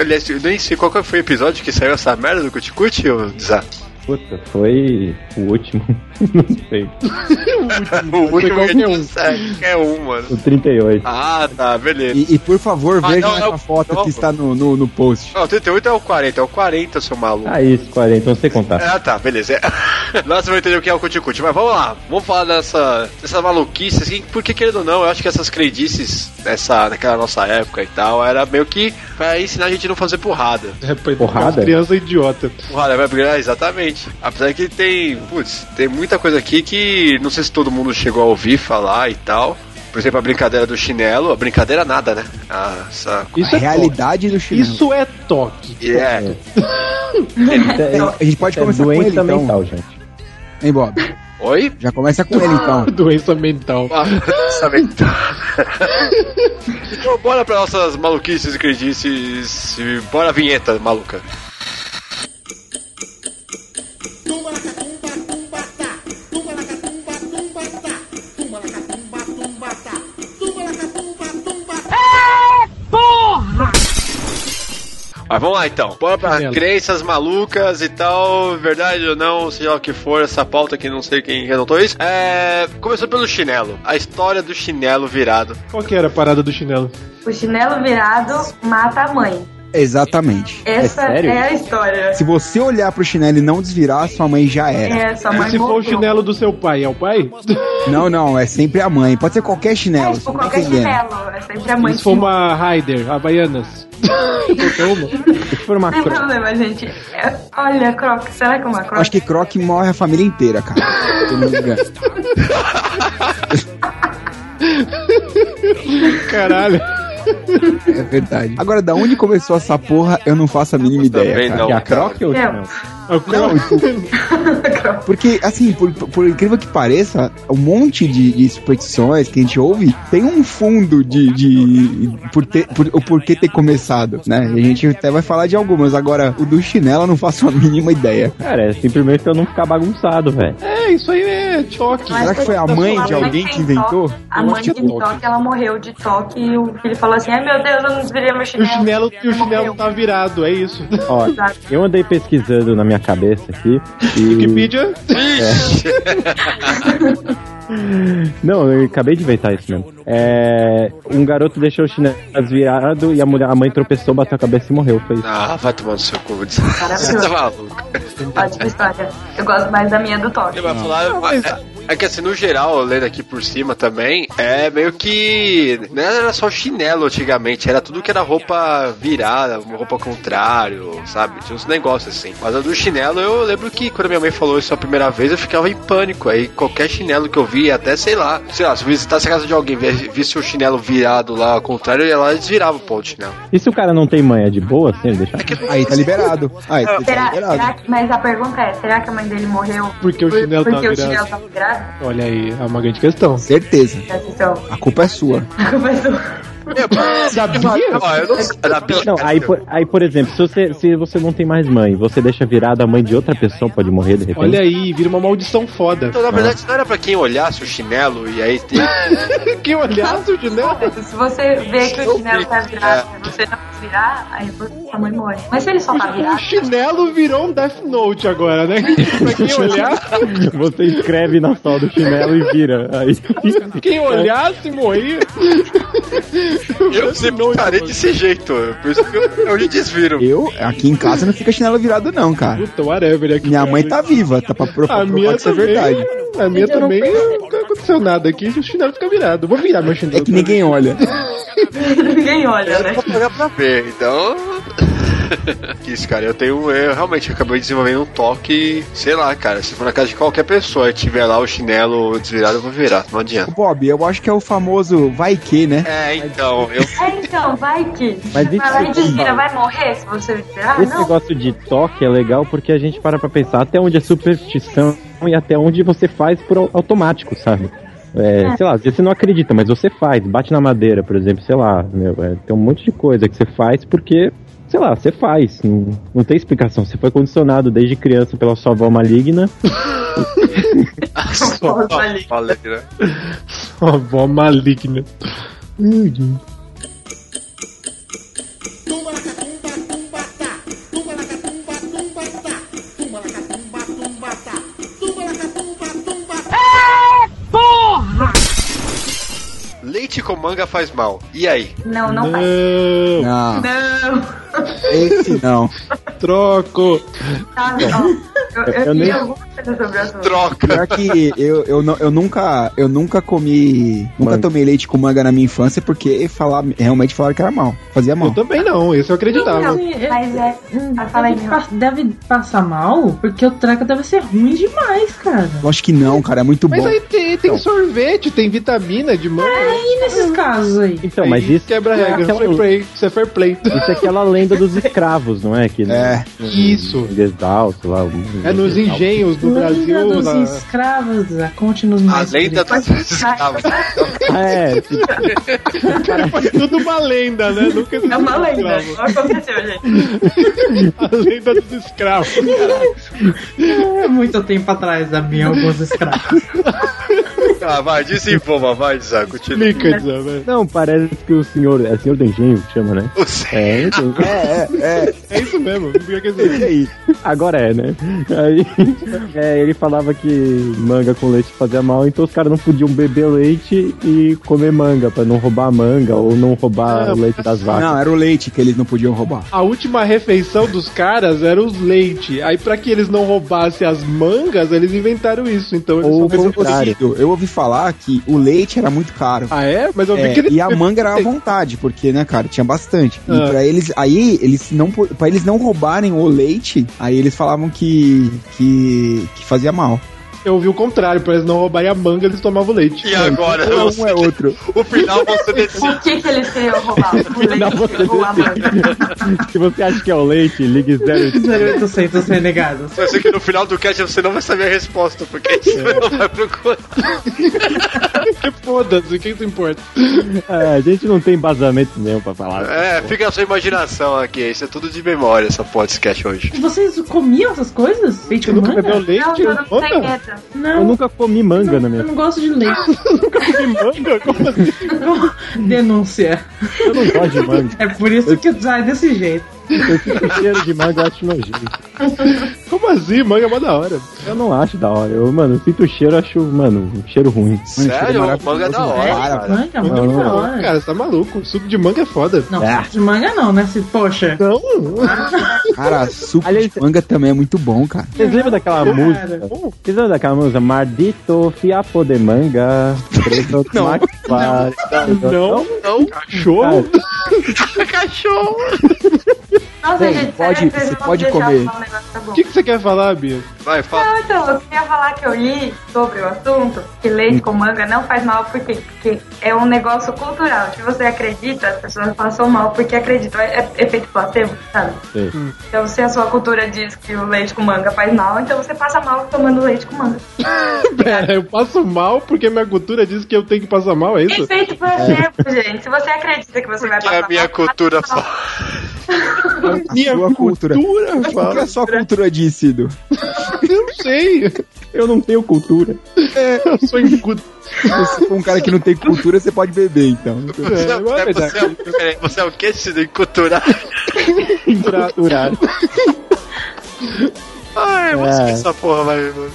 Aliás, eu nem sei qual que foi o episódio que saiu essa merda do Cuticute, ô Zá.
Puta, foi o último. Não sei.
o último que a gente sai é um, mano.
O 38.
Ah, tá, beleza.
E, e por favor,
Ah,
veja
não, não,
essa foto
não.
que
Tá
está no, no, no post.
Ó, o 38 é o 40, é o 40, seu maluco.
Ah, isso, 40, não sei contar.
É.
Ah tá, beleza. Lá você vai entender o que é o cuticute. Mas vamos lá, vamos falar dessa, dessa maluquice, assim, porque querendo ou não, eu acho que essas credices nessa, naquela nossa época e tal, era meio que pra ensinar a gente a não fazer porrada.
Porrada? Criança idiota.
Porrada, vai brigar, exatamente. Apesar que tem, putz, tem muita coisa aqui que não sei se todo mundo chegou a ouvir falar e tal. Por exemplo, a brincadeira do chinelo, a brincadeira nada, né? Ah, essa... é.
a realidade do chinelo.
Isso é toque.
Yeah.
então, a gente pode
É
começar com ele,
doença
então.
mental,
gente.
Hein, Bob?
Oi?
Já começa com ele, então.
Doença mental.
Doença mental. Então bora pra nossas maluquices e credices. e Bora a vinheta, maluca.
Porra!
Mas vamos lá então. Bora pra crenças malucas e tal, verdade ou não, seja lá o que for, essa pauta que não sei quem anotou isso. É. Começou pelo chinelo. A história do chinelo virado.
Qual que era a parada do chinelo?
O chinelo virado mata a mãe.
Exatamente.
Essa é, a história.
Se você olhar pro chinelo e não desvirar, sua mãe já era.
É, sua mãe
Se for o
morreu.
chinelo do seu pai, é o pai?
Não, não, é sempre a mãe. Pode ser qualquer chinelo.
Tipo,
você não tá
qualquer
entendendo.
chinelo. É sempre a mãe.
Se for uma Raider, Havaianas. Se
for uma
Não tem problema, gente. É- Olha, Croc, será que é uma Croc?
Acho que Croc morre a família inteira, cara. Se eu não me engano.
Caralho.
É verdade. Agora, da onde começou essa porra, eu não faço a mínima ideia.
também
Cara.
não, É a cara. Croc ou o É. chinelo?
Não, tipo, porque, assim, por, por incrível que pareça, um monte de, de superstições que a gente ouve tem um fundo de. de por ter, por, o porquê ter começado, né? E a gente até vai falar de algumas. Agora, o do chinelo eu não faço a mínima ideia.
Cara, é simplesmente pra eu não ficar bagunçado, velho.
É, isso aí é toque.
Será que foi a mãe de alguém que inventou?
A
Eu
mãe
acho que
de
é toque.
toque, ela morreu de toque e o filho falou assim: ai meu Deus, eu não desvirei meu
E o
chinelo.
chinelo, e o chinelo tá virado, é isso.
Ó,
Exato.
eu andei pesquisando na minha cabeça aqui e...
Wikipedia?
É. Não, eu acabei de inventar isso mesmo. É, um garoto deixou o chinelo virado e a, mulher, a mãe tropeçou, bateu a cabeça e morreu. Foi isso.
Ah, vai tomar no seu cu.
Maravilhoso.
Você tá maluco.
Ótima história. Eu gosto mais da minha do toque.
Ele vai falar. É, é que assim, no geral, lendo aqui por cima também, é meio que. Não era só chinelo antigamente, era tudo que era roupa virada, roupa ao contrário, sabe? Tinha uns negócios assim. Mas a do chinelo, eu lembro que quando minha mãe falou isso a primeira vez, eu ficava em pânico. Aí qualquer chinelo que eu via, até sei lá, sei lá, se eu visitasse a casa de alguém, vi- visse o chinelo virado lá ao contrário, eu ia lá e desvirava o pau do chinelo.
E se o cara não tem mãe, é de boa assim? ele Deixar?
Aí tá liberado. Aí tá
Será,
liberado.
será que, mas a pergunta é: será que a mãe dele morreu
Porque o chinelo
porque
tá
o chinelo
virado.
tava virado?
Olha aí, é uma grande questão.
Certeza.
Presta atenção.
A culpa é sua.
Começou.
Sabia?
Ó, eu não sei. Era pela-
Não, aí por, aí, por exemplo, se você, se você não tem mais mãe, você deixa virada a mãe de outra pessoa, pode morrer de repente.
Olha aí, vira uma maldição foda.
Então, na verdade, não era pra quem olhasse o chinelo e aí tem.
que olhaço de
novo. Então, Se você vê que o chinelo tá virado e você não virar, aí a mãe morre. Mas se ele só tá
O
virado,
chinelo virou um Death Note agora, né? pra quem olhar,
Você escreve na sola do chinelo e vira. Aí.
quem olhasse morria.
Eu sempre parei desse jeito. é Por isso que eu, eu me desviro.
Eu, aqui em casa, não fica chinelo virado, não, cara.
Puta, whatever. é Aqui
Minha mãe tá viva, tá pra pro-
A
provar
minha
que isso é
também.
verdade.
A minha
Então não
também não aconteceu nada aqui, o chinelo fica virado. Vou virar meu chinelo. É que
ninguém olha.
ninguém olha, né?
Dá pra ver, então. Isso, cara, eu tenho. Eu realmente acabei desenvolvendo um toque, sei lá, cara. Se for na casa de qualquer pessoa e tiver lá o chinelo desvirado, eu vou virar, não adianta.
Bob, eu acho que é o famoso vai que, né?
É, então, eu.
É, então, vai que.
Mas
Mas
isso
vai
é
que vira,
bom.
vai morrer se você virar?
Esse
Ah, Não.
negócio de toque é legal porque a gente para pra pensar até onde é superstição e até onde você faz por au- automático, sabe? É,
É.
Sei lá, às vezes você não acredita, mas você faz. Bate na madeira, por exemplo, sei lá. Meu, é, tem um monte de coisa que você faz porque, sei lá, você faz. Não, não tem explicação. Você foi condicionado desde criança pela sua avó maligna.
Só falei, né?
Sua avó maligna. Ai, gente.
Porra!
Leite com manga faz mal. E aí?
Não, não faz.
Não.
Não.
Esse não.
É, Troco.
Tá, não. Eu, eu,
Eu
eu,
nem-
alguma coisa sobre o assunto.
Troca.
Pior que eu, eu, não- eu nunca eu nunca comi. Nunca tomei leite com manga na minha infância porque falar, realmente falaram que era mal. Fazia mal. Eu
também não, isso eu
Então,
mas é. Ah, fala aí,
Deve,
meu.
pa- deve passar mal, porque o treco deve ser ruim demais, cara.
Eu acho que não, cara, é muito
Mas
bom. Então.
aí tem, tem sorvete, tem vitamina de manga.
É,
E nesses casos aí?
Então, mas isso.
Quebra a regra,
Aquela-
fair play. Isso é fair play.
Isso é aquela lenda dos escravos, não é? Que,
É. Isso.
Desdal, sei lá. um
É nos engenhos do
Lenda
Brasil.
dos
na-
escravos, ah, conte-nos mais.
tá
Lenda
querido.
dos escravos.
Ah,
É,
Foi tudo uma lenda, né? Nunca
É uma lenda.
escravo.
Olha o que aconteceu, gente.
A lenda dos escravos.
É muito tempo atrás da minha, alguns escravos.
Ah, vai, desenvolva, vai, Zé, continua.
Não, parece que o senhor. É o senhor do engenho que chama, né? É, então.
é,
é. É isso mesmo. Pior que isso.
E aí? Agora é, né? Aí, é, ele falava que manga com leite fazia mal, então os caras não podiam beber leite e comer manga, pra não roubar a manga ou não roubar
Ah,
o leite das vacas.
Não, era o leite que eles não podiam roubar.
A última refeição dos caras era os leite. Aí pra que eles não roubassem as mangas, eles inventaram isso. Então eles
Ou o
só
contrário. Eu ouvi falar que o leite era muito caro.
Ah, é? Mas eu vi que eles-
E a manga era à vontade, porque, né, cara, tinha bastante.
Ah.
E pra eles, aí, eles não, po- pra eles não roubarem o leite, aí eles falavam que, que, que fazia mal.
Eu ouvi o contrário, pra eles não roubarem a manga, eles tomavam leite.
E agora?
Então,
Você-
um é
outro.
O final você decide.
O que que eles têm roubado? O leite ou a manga?
Se você acha que é o leite, ligue
0800 renegados.
Eu sei que no final do cast você não vai saber a resposta, porque a gente não vai procurar.
É. que foda-se, quem se importa?
É, a gente não tem embasamento nenhum pra falar.
É, fica a sua imaginação aqui. Isso é tudo de memória, essa podcast hoje.
Vocês comiam essas coisas? Leite com manga?
bebeu leite?
Não,
eu não sei Manga? Eu nunca comi manga na minha
Eu não gosto de leite.
Nunca comi manga? Como assim?
Denúncia.
Eu não gosto de manga.
É por isso que sai desse jeito.
Eu fico com cheiro de manga, eu acho nojento.
Como assim? Manga é mó da hora.
Eu não acho da hora. Eu, mano, eu sinto o cheiro, eu acho, mano, um cheiro ruim.
Sério? Manga é da hora, cara.
Manga,
Não,
manga,
não,
da
não.
hora.
Cara, você tá maluco. Suco de manga é foda.
Não, suco de manga não, né? Se, poxa.
Não.
Cara, suco de manga também é muito bom, cara.
Vocês lembram daquela
Cara.
música? Vocês lembram daquela música? Mardito fiapo de manga. preto tomate claro.
Não, não. Cachorro?
Cachorro!
Nossa,
Bem,
gente,
pode-
sério, vocês
você
vão
pode
deixar eu
comer.
falar um negócio, tá bom.
O que, que você quer falar, Bia?
Vai,
Não, então, eu queria falar que eu li sobre o assunto, que leite com manga não faz mal porque, porque é um negócio cultural. Se você acredita, as pessoas passam mal porque acreditam. É, é efeito placebo, sabe? Então, se a sua cultura diz que o leite com manga faz mal, então você passa mal tomando leite com manga.
Pera, eu passo mal porque minha cultura diz que eu tenho que passar mal, é isso?
Efeito placebo, gente. Se você acredita que você vai passar
a minha
mal,
cultura
passa mal.
A sua cultura. Mas O que é a sua cultura diz, Cido?
Eu não sei.
Eu não tenho cultura.
É, eu sou inculto.
Se for um cara que não tem cultura, você pode beber, então.
Você, é, você, é, peraí, você é o que, Cido? Inculturado?
Culturado.
Ai, eu vou
É.
esquecer essa porra, vai, mano.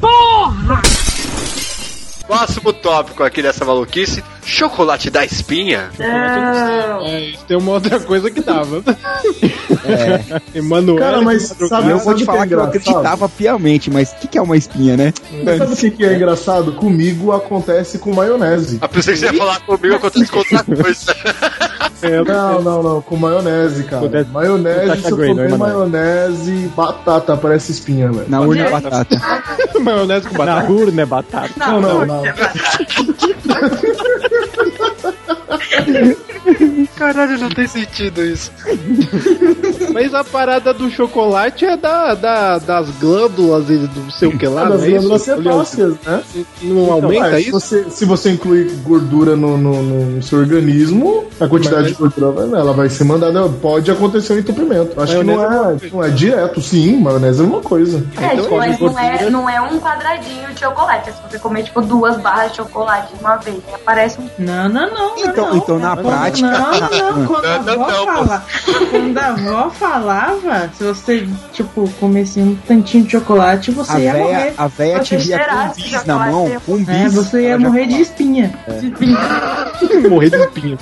Porra!
Próximo tópico aqui dessa maluquice: chocolate da espinha.
É, isso tem uma outra coisa que dava. É. Emanuel.
Cara, mas sabe-
eu vou te
sabe o que
falar
é
que eu
engraçado?
acreditava piamente, mas o que, que é uma espinha, né?
Mas sabe o que, que é engraçado? Comigo acontece com maionese.
A pessoa que você ia falar comigo acontece com outra coisa. Ah, é,
não, não, não, com maionese, cara.
Acontece-
maionese, se eu
Sacha Grey, não
comer
é
maionese, batata, parece espinha, velho.
Na urna é batata.
Maionese com
batata?
Na urna é batata.
Não, não, não.
Caralho, não tem sentido isso.
Mas a parada do chocolate é da, da- das glândulas e do sei o que lá,
Ah, das
não é isso?
glândulas sebáceas, né?
Não aumenta
é, se
isso?
você- se você incluir gordura no, no- no seu organismo, a quantidade
Mas-
de gordura vai- ela vai ser mandada. Pode acontecer um entupimento. Acho que não
Maionese
é, não é direto, sim, maionese é uma coisa.
É, tipo, mas não é, não é um quadradinho de chocolate. É se você comer, tipo, duas barras de chocolate de uma vez. Aí Aparece um.
Não, não, não.
Então, então na prática.
Não, não, quando a
Não, não,
avó
não, pô.
fala- quando a avó falava, se você, tipo, comesse um tantinho de chocolate, você
A
ia
véia-
morrer.
a véia
Você
te via com
cheirasse
um bis
chocolate,
na mão,
você-
com um
É,
bis,
você ia
ela já
morrer de espinha. De espinha.
Morrer de espinha.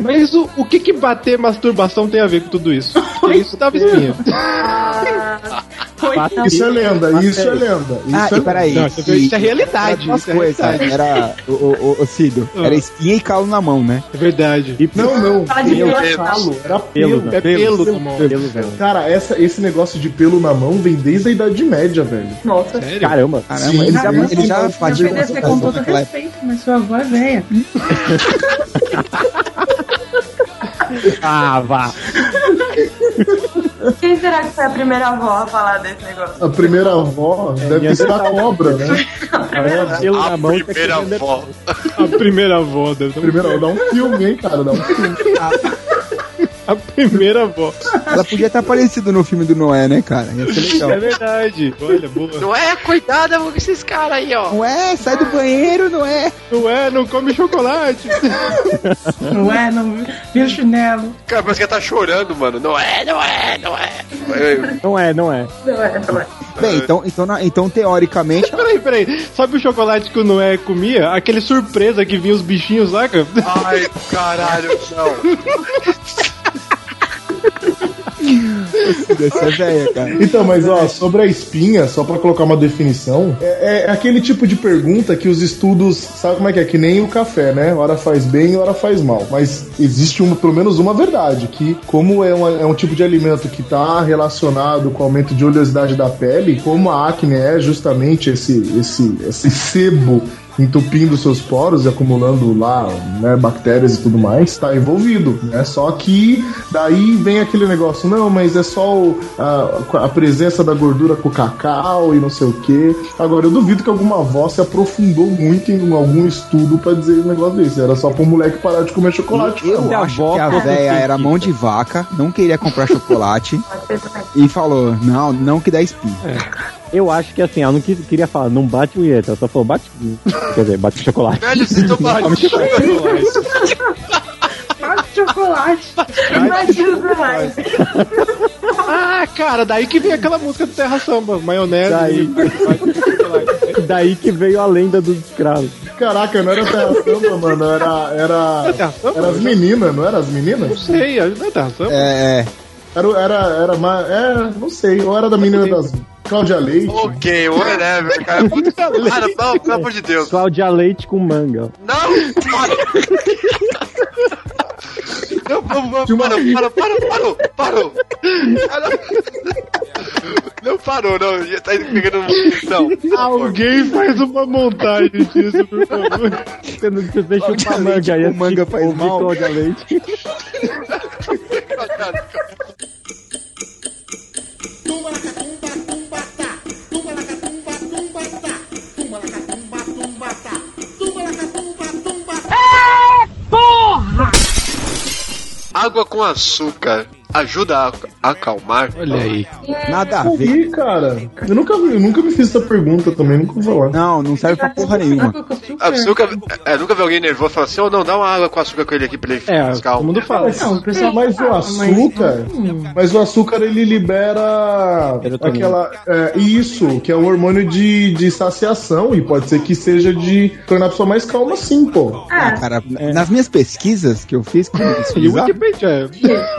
Mas o, o que que bater masturbação tem a ver com tudo isso? Porque isso dava espinha.
Isso é lenda, isso é lenda. Isso
ah,
é
e peraí.
lenda.
E-
um- isso é realidade,
Era duas
isso é
coisas,
realidade.
Era, o, o, o- o Cido,
Ah.
era espinha e calo na mão, né?
É verdade.
Não, não.
Tá
Fala de
Pelo,
pelo.
calo, Era
Pelo,
pelo.
velho. Pelo, pelo, pelo, velho.
Cara, essa, esse negócio de pelo na mão vem desde a Idade Média, velho.
Nossa.
Caramba.
Caramba, ele já- ele já fazia
Eu ser com todo
né?
respeito, mas sua avó é velha.
Ah, vá.
Quem será que foi a primeira avó a falar desse negócio?
A primeira avó deve
minha
ser a
avó.
cobra, né?
Pelo na mão.
Primeira avó.
A primeira avó deve dar
Primeira, dá um filme, hein, cara? Dá um filme.
A primeira avó.
Ela podia ter aparecido no filme do Noé, né, cara? Ia ser legal.
É verdade. Olha, boa.
Não é? Cuidado com esses caras aí, ó.
Ué, é? sai do banheiro, não é?
Não é, não come chocolate.
Não é, não viu chinelo.
Cara, parece que ela tá chorando, mano. Não é, não é, não é.
Não é, não é.
Não é, não é.
Bem, então, então, na- então teoricamente.
Peraí, peraí. Sabe o chocolate que o Noé comia? Aquele surpresa que vinha os bichinhos, saca?
Ai, caralho, não.
Essa é velha, cara.
Então, mas ó, sobre a espinha, só pra colocar uma definição, é, é aquele tipo de pergunta que os estudos, sabe como é que é? Que nem o café, né? Hora faz bem e hora faz mal. Mas existe uma, pelo menos uma verdade, que como é, uma- é um tipo de alimento que tá relacionado com o aumento de oleosidade da pele, como a acne é justamente esse, esse, esse sebo entupindo seus poros e acumulando lá né, bactérias e tudo mais, tá envolvido, né? Só que daí vem aquele negócio, não, mas é só o- a, a presença da gordura com cacau e não sei o que. Agora, eu duvido que alguma avó se aprofundou muito em algum estudo pra dizer um negócio desse. Era só pro moleque parar de comer chocolate.
Eu
cara.
acho que a véia era mão de vaca, não queria comprar chocolate e falou: não, não que dá espinha.
Eu acho que assim, ela não quis- queria falar, não bate punheta, ela só falou, bate. Quer dizer, bate chocolate.
Velho, vocês estão
Come chocolate.
Bate chocolate.
Ah, cara, daí que vem aquela música do Terra Samba, maionese.
Daí. Daí que veio a lenda dos escravos.
Caraca, não era terra samba, mano, era. Era, era as meninas, não era as meninas? Não
sei, não é terra samba.
É.
Era, era, era, ma- é, não sei, ou era da menina das Cláudia Leite.
Ok, whatever, cara. Cara, não, pelo amor de Deus.
Cláudia Leite com manga.
Não! Não, vamos, vamos, parou, parou, parou, parou, parou. Não parou, não. Já tá pegando uma
Alguém faz uma montagem disso, por favor.
Você não você deixa uma manga aí. O manga faz mal. Cláudia Leite.
Porra!
Água com açúcar ajuda a acalmar.
Olha aí.
É.
Nada a
Eu
ver.
vi, cara. Eu nunca, eu nunca me fiz essa pergunta também, nunca vou falar.
Não, não serve pra porra nenhuma.
Açúcar, é, nunca vi alguém nervoso falar assim, ou não, dá uma água com açúcar com ele aqui pra ele ficar mais calmo.
Mas, mas o açúcar, mas o açúcar ele libera aquela é, isso que é um hormônio de, de saciação e pode ser que seja de tornar a pessoa mais calma, sim, pô.
Ah, cara,
É.
nas minhas pesquisas que eu fiz com
E o Wikipedia.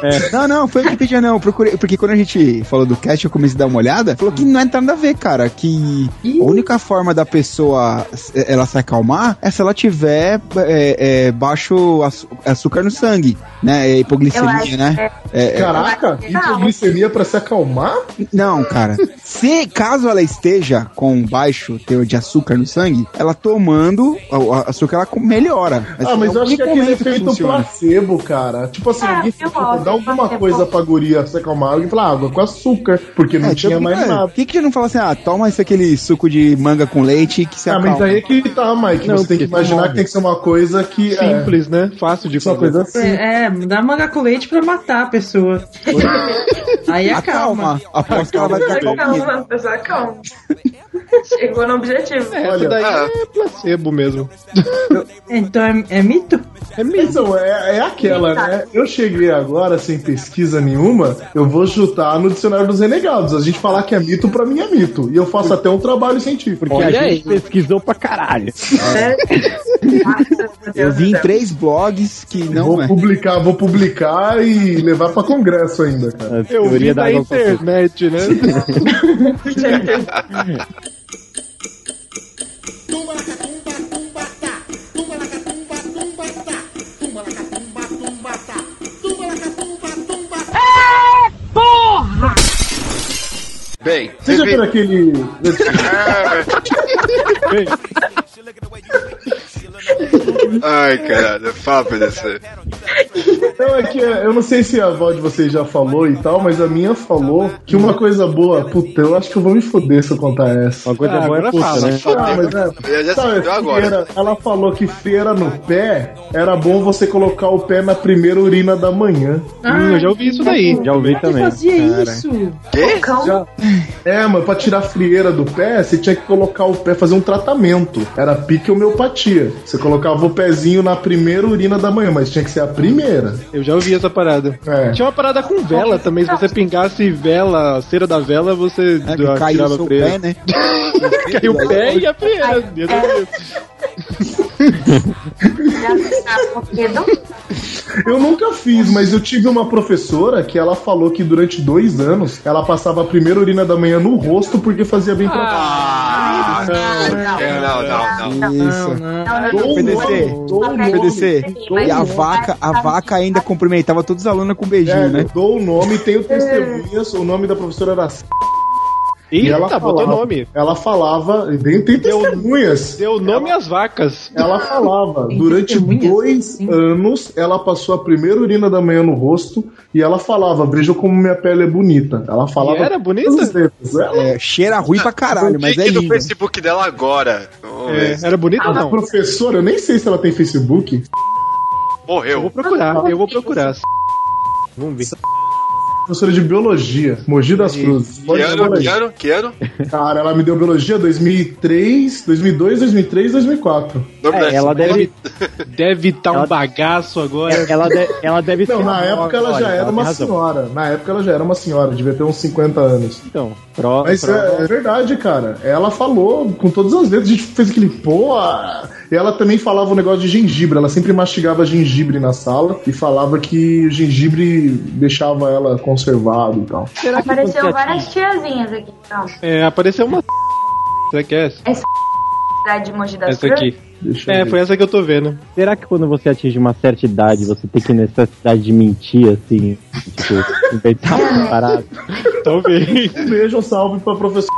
É. Não, não, foi Wikipedia não. Eu procurei, porque quando a gente falou do cast, eu comecei a dar uma olhada. Falou que não é nada a ver, cara. Que a única forma da pessoa s- ela se acalmar é se ela tiver é, é, baixo açu- açúcar no sangue, né? É
Eu
hipoglicemia,
acho
né?
que é.
É, é-
Caraca, hipoglicemia pra se acalmar?
Não, cara. Se caso ela esteja com um baixo teor de açúcar no sangue, ela tomando o a- açúcar ela com- melhora.
ah, mas eu acho que é aquele efeito
funciona.
placebo, cara. Tipo assim, alguém
eu
tipo,
gosto
dá alguma coisa pra guria se acalmar, alguém fala "Ah, água com açúcar, porque não
É,
tinha
tipo,
mais
é,
nada.
Por que, que ele não fala assim, ah, toma esse aquele suco de manga com leite que se
Ah,
acalma?
mas aí é que tá, Mike.
Não,
você tem
porque
que imaginar
morre.
que tem que ser uma coisa que.
Simples,
né? Fácil de
fazer.
Uma coisa assim.
É, é, dá manga com leite pra matar a pessoa. Aí é acalma.
Aposto que ela
tá
vai
ficar
é Calma, pessoal, calma. Chegou no objetivo.
É, essa daí
ah.
Ah.
é placebo mesmo.
Então é, mito?
É mito.
Então, é, é aquela, né? Eu cheguei agora sem pesquisa nenhuma, eu vou chutar no dicionário dos renegados. A gente falar que é mito, pra mim é mito. E eu faço até um trabalho científico. Porque
Olha
a
aí.
gente pesquisou pra caralho.
É.
É, Eu vi em três blogs que não. é.
Vou publicar, vou publicar e levar pra congresso ainda, cara.
Eu vi da internet, né?
Porra!
Bem,
Você É, já viu aquele.
Ah, Ai, caralho, é fala pra você.
Não, é que é, eu não sei se a avó de vocês já falou e tal, mas a minha falou que uma coisa boa, puta, eu acho que eu vou me foder se eu contar essa. Uma
coisa Ah, boa é agora puta, fala. né?
Ah, mas é,
Eu já
sabe,
sei, deu agora.
feira, ela falou que feira no pé era bom você colocar o pé na primeira urina da manhã.
Ah, Hum, eu já ouvi isso daí.
Já ouvi
é
Quem é fazia isso?
Quê? Já- É, mas pra tirar a frieira do pé, você tinha que colocar o pé, fazer um tratamento. Era pique homeopatia. Você colocava o pezinho na primeira urina da manhã, mas tinha que ser a primeira.
Eu já ouvi essa parada.
É.
Tinha uma parada com vela também. Se você pingasse vela, a cera da vela, você
É,
que
ah,
caiu
tirava
o seu
freira.
pé, né?
caiu o
é
pé e a freira. Meu Deus.
Eu nunca fiz, mas eu tive uma professora que ela falou que durante dois anos ela passava a primeira urina da manhã no rosto porque fazia bem pra
Ah, não, não, não.
Isso.
Todo
PDC,
um
PDC. E a vaca, a vaca ainda cumprimentava todos os alunos com um beijinho,
É,
né?
Dou o nome, tenho testemunhas. O nome da professora era. C.
Eita,
tá,
botou nome.
Ela falava, e tem tem testemunhas.
Deu nome às vacas.
Ela falava, durante dois anos, ela passou a primeira urina da manhã no rosto e ela falava, veja como minha pele é bonita. Ela falava.
E era bonita?
todas as letras. Ela-
É, cheira ruim pra caralho, mas é
Link do
lindo. É,
Facebook É, dela agora. Vamos ver.
era bonita
Ah, Professora, eu nem sei se ela tem Facebook.
Morreu.
Eu vou procurar, eu vou procurar. Vamos ver.
Professora de biologia, Mogi das Cruzes.
Que
Pode falar
ano,
aí.
que ano, que ano?
Cara, ela me deu biologia 2003, 2002, 2003, 2004.
É, ela deve É,
deve estar um bagaço agora.
Ela, de- ela deve
Não,
ser
na
nova
época ela
agora,
já era
tem
uma
razão.
senhora. Na época ela já era uma senhora, devia ter uns 50 anos.
Então, pro,
Mas
pro-
é, é verdade, cara. Ela falou com todas as letras, a gente fez aquele pô. ah." E ela também falava um negócio de gengibre. Ela sempre mastigava gengibre na sala e falava que o gengibre deixava ela conservado e tal.
Apareceu várias tiazinhas aqui, então.
É, apareceu uma. Será que é essa?
Essa cidade de Mogi das
Essa
Cruzes.
aqui. É, foi essa que eu tô vendo.
Será que quando você atinge uma certa idade, você tem que necessidade de mentir, assim? Tipo, inventar uma parada?
Ah,
Talvez.
Um beijo, um salve pra professor.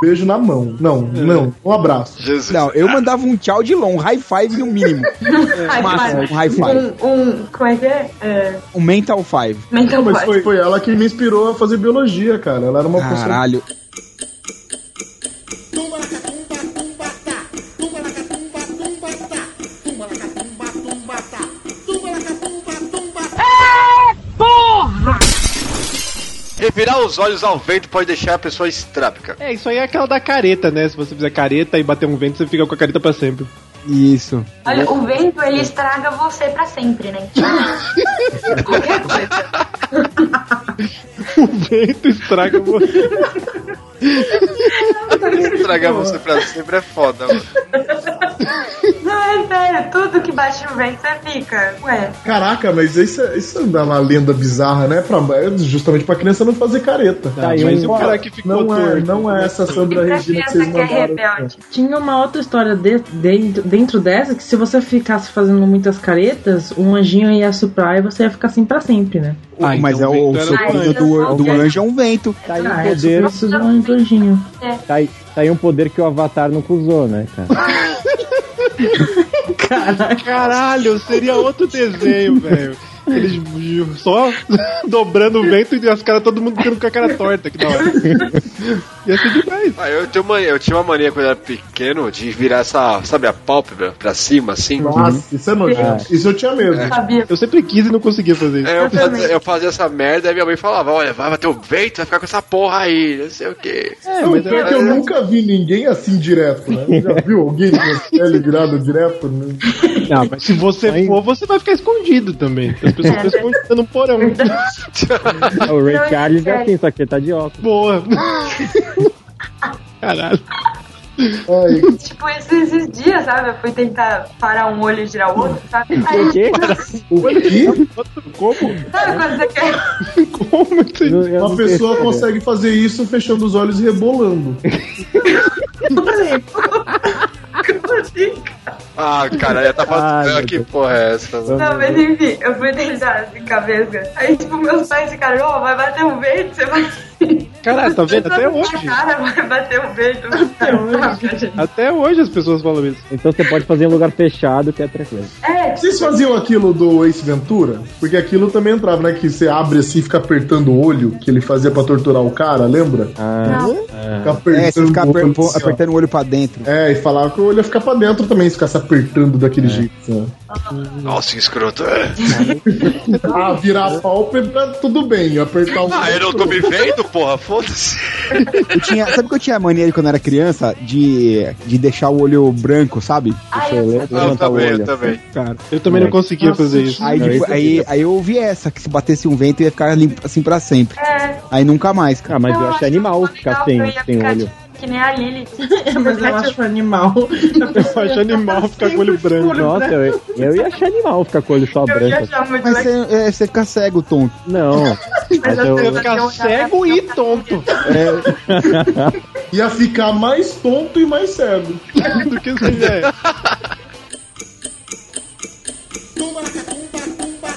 Beijo na mão. Não, não. Um abraço.
Não, eu mandava um tchau de long, um high five no mínimo.
High
Máximo,
five.
Um high five.
Um, um, como é que é? É,
Um mental five.
Mental
Mas
five.
foi, foi ela que me inspirou a fazer biologia, cara. Ela era uma pessoa.
Caralho.
Porra!
Revirar os olhos ao vento pode deixar a pessoa estrápica.
É, isso aí é aquela da careta, né? Se você fizer careta e bater um vento, você fica com a careta pra sempre.
Isso.
Olha, o vento ele estraga você pra sempre, né? Qualquer coisa.
O vento estraga você.
Estragar você pra sempre é foda, mano.
Não, é sério, tudo que bate no vento você fica. Ué,
Caraca, mas isso, é- isso é uma lenda bizarra, né? Pra, é justamente pra criança não fazer careta.
Tá, e mas o cara que ficou
não é,
torto?
Não é essa Sandra Regina que é vocês mandaram. né?
Tinha uma outra história de- dentro, dentro dessa que se você ficasse fazendo muitas caretas, um anjinho ia soprar e você ia ficar assim pra sempre, né?
Ah,
O- mas
então
é o, o sopro do, do anjo é um vento.
Tá aí
Ah,
um
é,
poder.
sopro do anjo, anjinho.
Tá aí, tá aí um poder que o Avatar nunca usou, né, cara?
Caralho, seria outro desenho, velho. Eles ju- só dobrando o vento e as caras, todo mundo ficando com a cara torta aqui da hora. Ia ser demais.
Ah, eu, tenho uma, eu tinha uma mania quando eu era pequeno de virar essa, sabe, a pálpebra pra cima, assim.
Nossa, isso é nojento. Isso eu tinha mesmo.
Uhum. Eu sempre quis e não conseguia fazer isso.
É, eu, fazia, eu fazia essa merda e minha mãe falava, olha, vai bater o vento, vai ficar com essa porra aí, não sei o quê.
É, mas pior que eu nunca vi ninguém assim direto, né? Já viu alguém com a pele virada direto? Né?
Não, mas se você for, você vai ficar escondido também. As pessoas ficam escondidas
um
no porão.
o Ray
Não,
Charles é
sério.
assim, só que ele tá de óculos.
Boa. Caralho.
tipo, esses, esses dias, sabe? Eu fui tentar parar um olho e girar o outro, sabe? Aí, tipo,
O quê?
O quê?
Como?
sabe quando você quer.
assim?
Uma pessoa consegue fazer isso fechando os olhos e rebolando.
Ah, cara, já tá fazendo.
meu
que porra é essa? mano?
Não, mas enfim, eu fui tentar assim, com a vesga. Aí, tipo, meus pais ficaram, ó, vai bater um vento, você vai.
Caralho, tá vendo? Até
Sua
hoje.
Cara, vai bater um vento. Até hoje.
Até hoje as pessoas falam isso.
Então você pode fazer em lugar fechado, que é tranquilo.
É,
Vocês faziam aquilo do Ace Ventura? Porque aquilo também entrava, né? Que você abre assim e fica apertando o olho, que ele fazia pra torturar o cara, lembra?
Ah,
Fica apertando,
É, você ficar
o olho, assim, ó.
apertando o olho pra dentro.
É, e falava que o olho ia ficar pra dentro também, se ficasse apertando daquele jeito. né?
Nossa, que escroto. é.
Ah, virar a pálpebra, tudo bem. Apertar o
Ah, eu não tô me vendo, porra, foda-se.
Eu tinha, sabe que eu tinha mania de quando era criança? De, de deixar o olho branco, sabe?
Ah,
Deixa Ah, eu le- levantar o olho. Cara,
Eu também não conseguia fazer isso. é-
Aí, tipo, aí, aí eu ouvi essa, que se batesse um vento ia ficar limpo, assim pra sempre.
É.
Aí nunca mais, cara.
Ah, mas
eu acho
animal
Não,
ficar sem,
eu ia
sem
ficar
olho.
tipo, que nem a Lily.
Mas é eu acho animal.
Eu acho animal ficar com o olho branco.
Nossa, eu, eu ia achar animal ficar com o olho só
ia
branco.
achar muito
né? Mas você, é, você fica cego, tonto.
Não. Mas eu-
Eu ia
um
ficar cego e tonto.
Ia ficar mais tonto e mais cego.
Do que você já é.
É porra!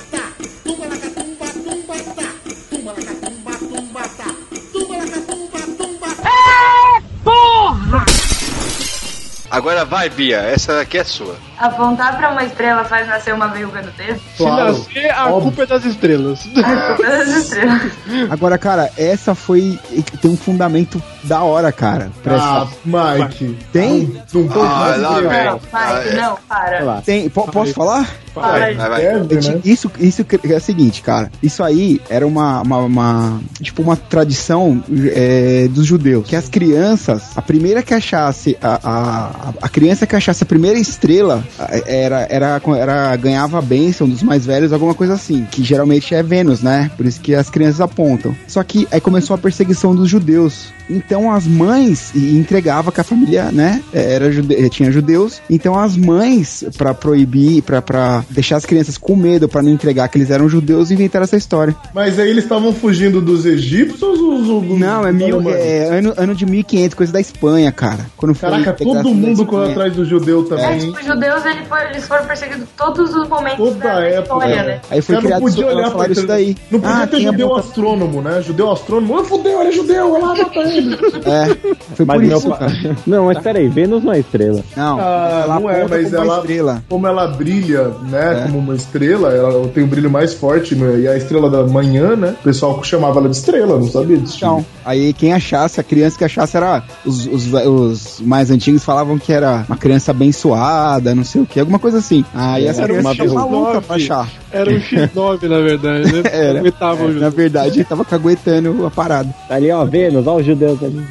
Agora vai, Bia, essa aqui é sua.
Apontar pra uma estrela faz nascer uma verruga no dedo?
Se nascer, a culpa é das estrelas.
é
Agora, cara, essa foi. Tem um fundamento da hora, cara. pra
Ah,
essa-
Mike.
Tem?
Não tô
Ah, lá vem.
Não, Mike, não, para.
Sei lá. Tem, po- posso falar?
Vai, vai, vai.
É, ti- Isso, isso que- é o seguinte, cara. Isso aí era uma, uma, uma- tipo uma tradição é, dos judeus. Que as crianças, a primeira que achasse a, a, a- a criança que achasse a primeira estrela a- era, era, era ganhava a bênção dos mais velhos, alguma coisa assim. Que geralmente é Vênus, né? Por isso que as crianças apontam. Só que aí começou a perseguição dos judeus. Então as mães e entregava que a família, né, era jude- tinha judeus. Então as mães pra proibir, pra- pra deixar as crianças com medo, pra não entregar que eles eram judeus, inventaram essa história.
Mas aí eles estavam fugindo dos egípcios ou dos, dos
Não, é, mil, é ano, ano de 1500, coisa da Espanha, cara. Quando foi
Caraca,
integração
todo
da
mundo
Espanha.
correu atrás do judeu
É,
também.
tipo, os judeus ele foi- eles foram perseguidos todos os momentos da história, né?
É, Aí foi
Cara,
criado
não podia
só pra
olhar
falar
pra
isso daí.
Não podia
Ah,
ter
tem a
judeu
boca-
astrônomo, né? Judeu astrônomo. Ah, fudeu, ele é judeu, olha lá, mata ele.
É, foi
Mas
por
meu
isso,
pa-
cara.
Não, mas peraí, Vênus não é estrela.
Não,
Ah, não é, mas
como uma
ela,
estrela. É.
como ela brilha, né, como uma estrela, ela tem um brilho mais forte, né, e a estrela da manhã, né, o pessoal chamava ela de estrela, não sabia disso.
Então, aí quem achasse, a criança que achasse era. Os, os, os mais antigos falavam que era uma criança abençoada, não sei o que, alguma coisa assim.
é
Aí essa
Era um
criança
X9.
tava maluca pra achar.
Era um X9, na verdade, né?
Era.
Aguentava o
É,
judeu.
na verdade, ele tava caguetando a parada. É.
Tá ali, ó, Vênus, ó os judeus ali.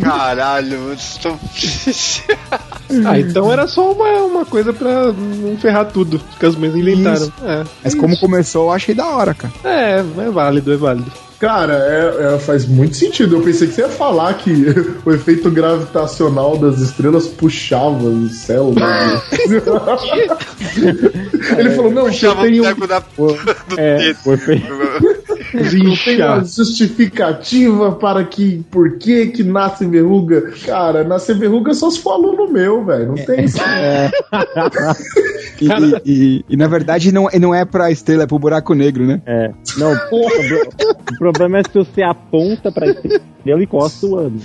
Caralho, estou...
Ah, então era só uma, uma coisa pra não ferrar tudo que as mães inventaram. É,
Mas como começou, eu achei da hora, cara.
É, é válido, é válido.
Cara, é- é- faz muito sentido. Eu pensei que você ia falar que o efeito gravitacional das estrelas puxava o céu. né? Ele falou, não,
Puxava
eu tenho- É.
o teco da... do
É.
dedo.
Não tem uma justificativa para que por que que nasce verruga. Cara, nascer verruga é só se for aluno meu, velho. Não tem isso.
É. E, e- e- e, na verdade não, não é pra estrela, é pro buraco negro, né?
É. Não, o proble- o problema é se você aponta pra estrela e costa o ano.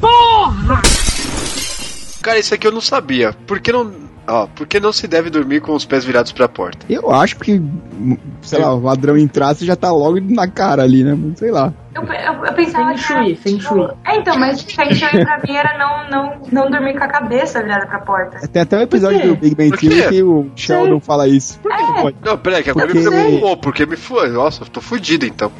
Porra!
Cara, isso aqui eu não sabia. Por que não... Ó, por que não se deve dormir com os pés virados pra porta?
Eu acho que, sei lá, o ladrão entrasse e já tá logo na cara ali, né? Sei lá.
Eu, eu, eu pensava feng shui, que. Feng shui. É, então, mas Feng Shui pra mim era não, não, não dormir com a cabeça virada pra porta.
Tem até um episódio
Por quê?
do Big Bang
Por
Theory
quê?
que o Sheldon fala isso.
É
Não, peraí, que agora
Porque-
me preocupou, porque me foi. Nossa, eu tô fudido então.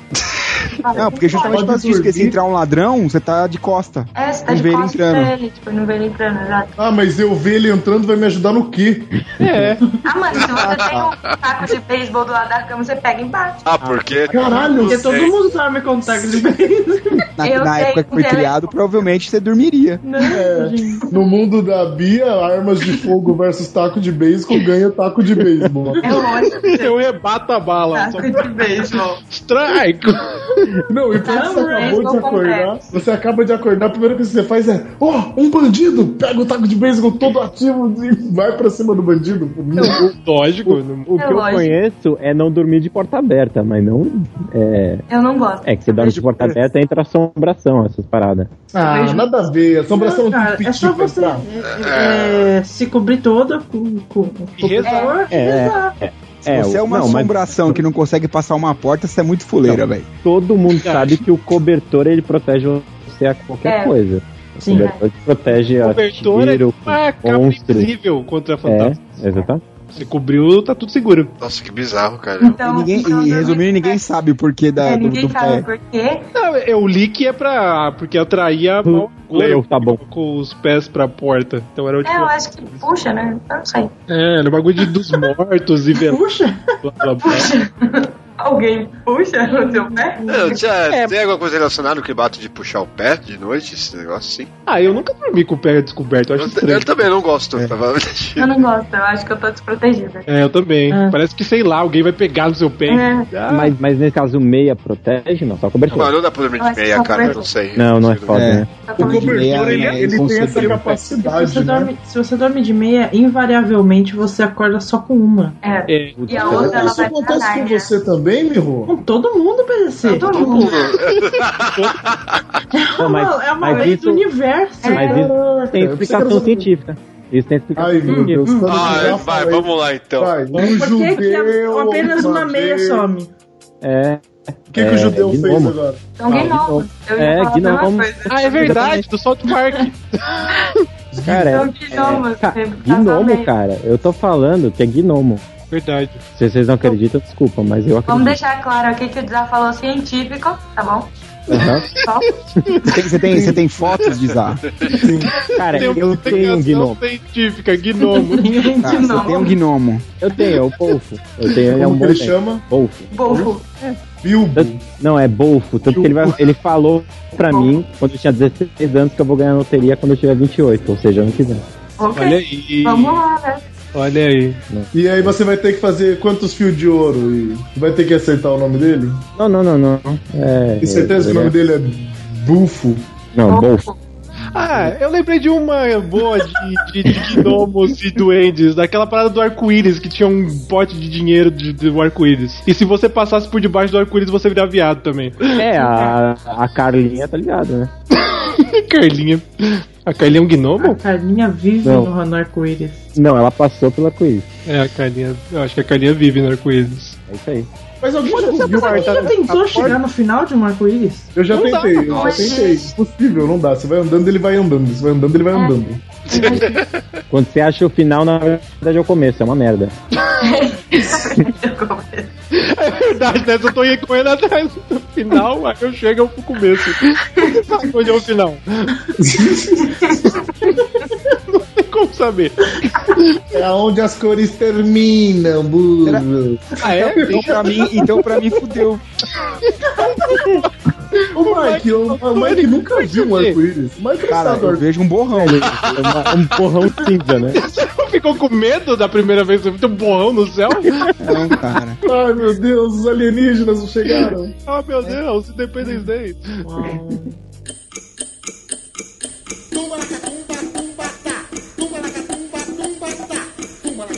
Não, porque justamente por isso que se entrar um ladrão, você tá de costa.
É, você tá
Não vê
de
ele
costas pra
entrando.
ele, tipo, não vê ele entrando, exato.
Ah, mas eu ver ele entrando vai me ajudar no quê?
É.
Ah, mano, se você tem um taco de beisebol do lado da cama, você pega e bate.
Ah, porque.
Porque todo mundo
dorme tá com taco de
Na,
Eu
na
sei,
época que foi
porque ela- é
criado, provavelmente você dormiria.
É, no mundo da Bia, armas de fogo versus taco de beisebol ganha taco de beisebol.
É
Eu rebato a bala.
Tá,
Só... Strike!
Não, e quando
Não,
é
você
beisebol
acabou de acordar, você acaba de acordar, a primeira coisa que você faz é, ó, um bandido, pega o taco de beisebol todo ativo e vai pra cima do bandido.
Lógico.
O que eu conheço é não dormir de porta aberta, mas não. É,
Eu não gosto.
é que você dorme de porta aberta entra assombração, essas paradas.
Ah, nada a ver, assombração
Não, cara, é só você é, é, se cobrir toda com, com, com
e
rezar.
É, é, Se você é uma assombração que não consegue passar uma porta, você é muito fuleira, velho.
Todo mundo sabe que o cobertor ele protege você a qualquer
É.
coisa. O
Sim,
cobertor te protege a
Cobertor é
tiro,
uma capa
monstro.
invisível tá. contra fantasma.
É, exatamente.
Você cobriu, tá tudo seguro.
Nossa, que bizarro, cara.
Então,
e ninguém, e resumindo, ninguém sabe o porquê da,
É,
do, do pé.
porquê.
Não, eu li que é pra. Porque atraía mal
Hum, Leu, tá bom.
com os pés pra porta. Então era o
É,
tipo.
eu acho que puxa, né? Eu não sei.
É, era o bagulho de, dos mortos e velado.
Puxa!
Blá, blá, blá.
Alguém puxa no seu pé?
Não, tinha, Tem alguma coisa relacionada com o bato de puxar o pé de noite, esse negócio assim?
Ah, eu nunca dormi com o pé descoberto, eu acho estranho.
Eu também não gosto.
É.
tava-
Eu não gosto, eu acho que eu tô desprotegida.
É, eu também. Parece que, sei lá, alguém vai pegar no seu pé.
É.
Ah,
Mas, mas nesse caso, meia protege? Não, só cobertura.
Mano, não dá pra dormir
Eu
de
acho
meia,
que
cara, eu
cobertor.
não sei.
Não, não é foda, né?
Tá
O cobertor,
ele-
é-
ele tem essa
Se né?
né?
você, dorme, se você dorme de meia, invariavelmente você acorda só com uma.
É.
E a
Mas
outra, ela
Isso
vai pra
acontece com
Nárnia.
né?
você também, Miho?
Com todo mundo, PDC. Todo mundo.
Não, mas,
é uma
mas
lei
isso,
do universo. né?
mas isso tem explicação científica. Isso tem explicação científica.
Ah, vai, vamos lá então.
Vai,
Por que que a- é apenas uma meia some?
É.
O que, que o judeu fez agora?
Então, Game
Ah,
Over. Eu ia
É,
falar a mesma
Gnomo.
coisa.
Ah, é verdade, do South Park.
Cara, é,
Então, Gnomo,
ca-
você
gnomo, cara. Eu tô falando que é gnomo.
Verdade.
Se vocês não acreditam, desculpa, mas eu
Vamos
acredito.
deixar claro aqui que o Dizá falou científico, tá bom?
Aham.
Só.
Você tem, você tem, você tem fotos de Zá?
Cara,
Tem
eu tenho um gnomo.
científica, gnomo.
Ah, você tem um gnomo.
Eu tenho, é o Polfo. Eu tenho, ele é um
Como que ele
monstro.
chama?
Polfo.
Bolfo.
Hum?
Bilbo.
Não, é Bolfo. Tanto que ele, vai- ele falou pra mim quando eu tinha 16 anos que eu vou ganhar na loteria quando eu tiver 28, ou seja, ano que vem.
Ok.
Olha aí.
Vamos lá, né?
Olha aí.
E aí você vai ter que fazer quantos fios de ouro? E vai ter que aceitar o nome dele?
Não, não, não, não. É,
Tem certeza que
ele
o nome
é-
dele é Bufo?
Não, Bolfo.
Ah, eu lembrei de uma boa de, de, de gnomos e duendes, daquela parada do arco-íris que tinha um pote de dinheiro de, do arco-íris. E se você passasse por debaixo do arco-íris, você virar viado também.
É, a, a Carlinha tá ligada, né?
Carlinha. A Carlinha é um gnomo?
Carlinha vive
Não.
no no arco-íris.
Não, ela passou pelo arco-íris.
É, a Carlinha. Eu acho que a Carlinha vive no arco-íris.
É isso aí.
Mas alguém já
Você
conseguiu
já
cortar
tentou
a
chegar no final de um arco-íris?
Eu já
Não dá,
tentei, eu já
nossa.
é
tentei. Impossível, não dá. Você vai andando, ele vai andando. Você vai andando, ele vai andando.
Quando você acha o final, na verdade é o começo, é uma merda.
É verdade, né? Se eu tô indo correndo atrás do final, aí eu chego pro começo. Sabe onde é o final? Não tem como saber.
É onde as cores terminam, burro.
Ah, é?
Então pra mim, então pra mim fudeu.
O Mike, o, o Mike nunca viu um arco-íris. O Mike não
Cara,
sabe o
eu
arco-íris.
vejo um borrão.
Uma- um porrão cinza, né?
Ficou com medo da primeira vez que você viu um borrão no céu?
Não, cara.
Ai, meu Deus, os alienígenas não chegaram.
Ah,
É.
meu Deus, Independence Day.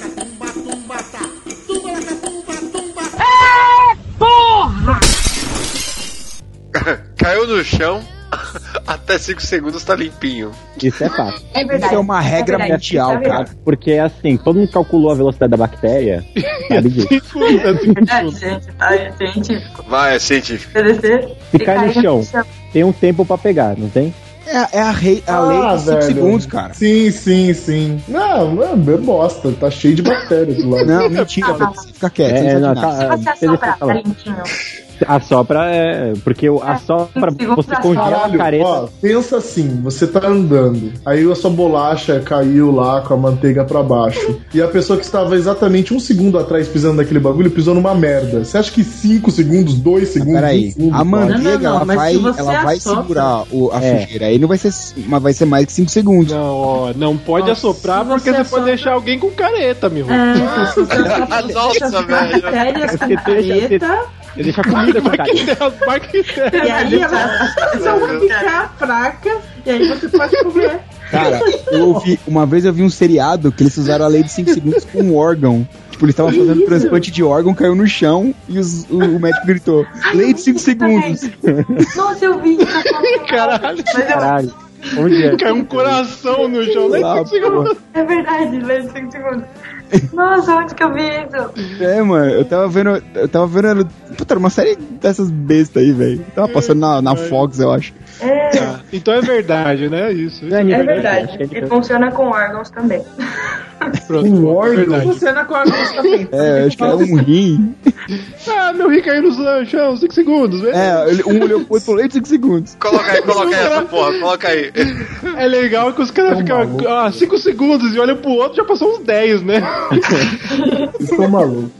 Caiu no chão, até 5 segundos tá limpinho.
Isso é fácil.
É verdade.
Isso é uma regra
verdade,
mundial,
isso é
cara.
Porque assim, todo mundo calculou a velocidade da bactéria, sabe disso.
É, gente, tá? Científico.
Vai, é científico.
PDC.
Se cai no chão, tem um tempo pra pegar, não tem?
É, é a, rei, a lei
Ah,
dos 5
velho.
segundos, cara.
Sim, sim, sim. Não, não, é bosta. Tá cheio de bactérias lá.
Não, mentira,
tá
você fica quieto,
É,
você não
não,
sabe
tá-
nada.
Se você
PDC
assoprar, tá
fala.
limpinho.
Assopra é. Porque o assopra,
Segundo
você
assopra.
congela a
Caralho,
careta.
ó, pensa assim, você tá andando, aí a sua bolacha caiu lá com a manteiga pra baixo, e a pessoa que estava exatamente um segundo atrás pisando naquele bagulho pisou numa merda. Você acha que 5 segundos, 2 segundos, um
Peraí,
segundo,
a
cara?
manteiga
Não, não, não,
ela
mas
vai,
se você
ela vai
assopra-
segurar o- a
É.
sujeira. Aí não vai ser, mas vai ser mais que 5 segundos.
Não, ó, não pode
Nossa,
assoprar
se você
porque você
assopra-
pode deixar alguém com careta, Ah, meu.
É, então, se você
Nossa, velho.
Férias com
Porque deixa-
careta,
Você deixa a comida com careta.
As marcas
e aí elas só vão ficar fracas, e aí você pode comer.
Cara, eu ouvi, uma vez eu vi um seriado que eles usaram a lei de 5 segundos com um órgão. Tipo, eles estavam fazendo transplante de órgão, caiu no chão e os- o, o médico gritou: Lei de 5 segundos.
Nossa, eu vi.
Caralho.
Mas eu-
Caralho. Onde é?
Caiu um coração no chão. Nem
Lá,
consigo.
É verdade, lê de 5 segundos. Nossa, onde que eu vi isso?
É, mano, eu tava vendo. Eu tava vendo. era- Puta, era uma série dessas bestas aí, velho. Tava passando na, na Fox, eu acho.
É,
Então é verdade, né? Isso. isso.
é verdade. E funciona com órgãos também.
Pronto,
Um
é verdade.
Então Funciona com a música também.
É, eu acho que era um rim.
Ah, meu rim caiu no chão, 5 segundos. É.
É, ele- um olhou pro outro e falou: Lei de 5 segundos.
Coloca aí, coloca aí essa porra, coloca aí.
é legal que os caras
Tão
ficam
maluco.
5 segundos e olham pro outro, já passou uns 10, né?
Vocês estão malucos.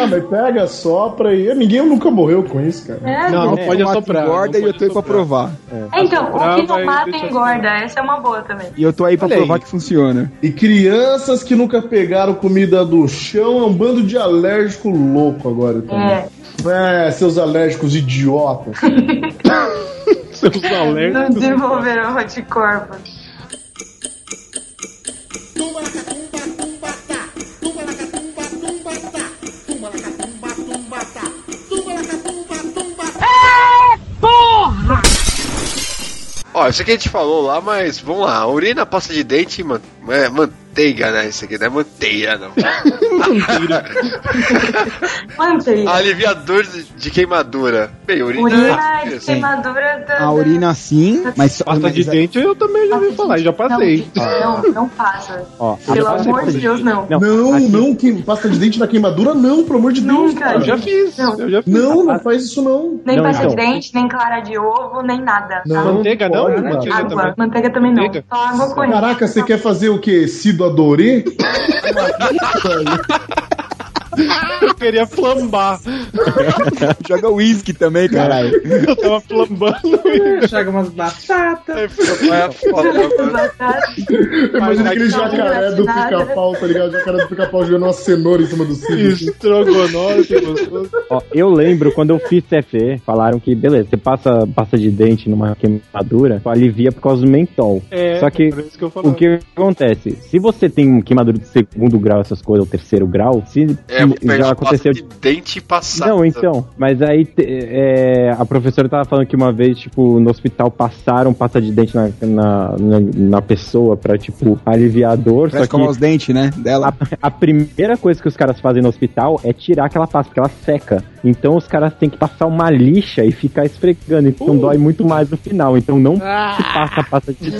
Ah, mas pega, sopra e. Ninguém nunca morreu com isso, cara.
É, Não, não pode
assoprar.
Engorda e eu tô aí pra provar.
É, então, o que não
vai-
mata
deixa-
engorda. Essa é uma boa também.
E eu tô aí pra
Olha aí.
provar que funciona.
E crianças que nunca pegaram comida do chão é um bando de alérgico louco agora também. É, seus alérgicos idiotas. seus
Não desenvolveram anticorpos.
Porra!
Ó, isso aqui a gente falou lá, mas vamos lá. Urina, pasta de dente e man- é, manteiga, né? Isso aqui não é manteiga, não.
Manteiga.
Aliviador de, de queimadura. Bem, urina.
Urina
é-
de queimadura da.
A urina sim, mas... é Pasta
de dente eu também já
ouvi falar, já
passei.
Não, não passa.
Ó,
Pelo amor de Deus, não.
Não, não, que pasta de dente na queimadura, não, pelo amor de Deus.
Nunca,
cara.
gente. Eu já fiz,
Não,
eu já fiz.
não, não faz isso, não.
Nem pasta de dente, nem clara de ovo, nem nada.
Não,
Água.
manteiga não? Manteiga
Água.
também.
Manteiga também não. Só água com
Caraca, você quer fazer o quê? Sido adorê?
Eu queria flambar.
Joga uísque também, caralho.
Eu tava flambando.
Joga umas batatas.
Imagina aquele jacaré do pica-pau, tá ligado? O jacaré do pica-pau jogando uma cenoura em cima do cílio.
Estrogonofe, gostoso.
Ó, eu lembro quando eu fiz TFE, falaram que, beleza, você passa pasta de dente numa queimadura, alivia por causa do mentol.
É,
Só que,
por isso que eu falava.
o que acontece? Se você tem um queimadura de segundo grau, essas coisas, ou terceiro grau, se
É, eu
já
pego
aconteceu
pasta de dente passada.
não, então, mas aí te- é, a professora tava falando que uma vez, tipo, no hospital passaram pasta de dente na, na, na, na pessoa pra, tipo, aliviar a dor.
Pra
só
escovar
que
os dentes, né? Dela.
A, a primeira coisa que os caras fazem no hospital é tirar aquela pasta, porque ela seca. Então os caras têm que passar uma lixa e ficar esfregando. Então dói muito mais no final. Então não
Ah.
se passa a pasta de
É,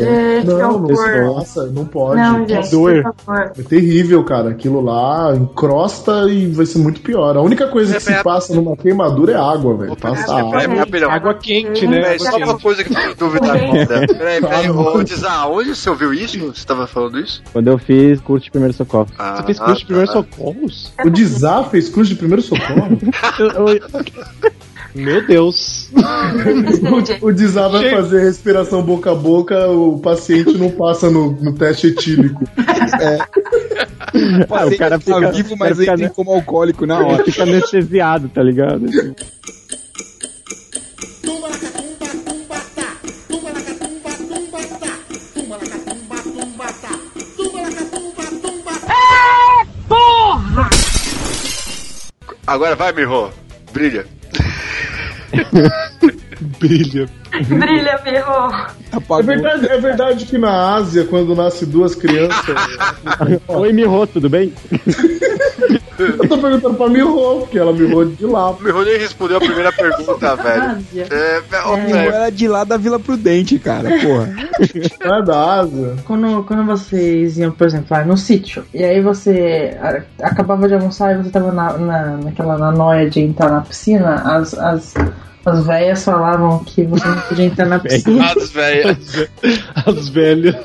dente.
Não, não,
Pessoal.
nossa, não pode.
Não,
Que
gente,
dor.
por
É terrível, cara. Aquilo lá encrosta e vai ser muito pior. A única coisa que se passa numa queimadura é água, velho. Passa água.
Água quente, né?
É, só uma coisa que eu tenho dúvida ainda. Peraí, peraí, ô, Diz, ah, onde você ouviu isso? Você tava falando isso?
Quando eu fiz curso de primeiro socorro.
Ah,
Ah,
Você fez curso de
tá.
primeiro
tá. socorros?
O Dizá fez curso de primeiro socorro?
Meu Deus.
o o Dizá vai
Chega.
fazer respiração boca a boca, o paciente não passa no, no teste etílico. É.
Ah, o cara
tá
fica
vivo,
o
mas
cara
ele
fica
tem
ne-
como alcoólico na
Ele
hora.
fica anestesiado, tá ligado?
É,
Porra!
Agora vai, Mirro. Brilha.
Brilha.
Brilha, ferrou.
É verdade, é verdade que na Ásia, quando nasce duas crianças.
Oi, Mirro, tudo bem?
Eu tô perguntando pra Mirro, porque ela mirrou de lá.
Mirro nem respondeu a primeira
Ah,
pergunta, Tá velho. É, ó,
Ou era de lá da Vila Prudente, cara, porra.
Não é da Ásia.
Quando, quando vocês iam, por exemplo, lá no sítio, e aí você ah, acabava de almoçar e você tava na, na, naquela na noia de entrar na piscina, as, as, as velhas falavam que você não podia entrar na piscina.
As velhas.
As velhas.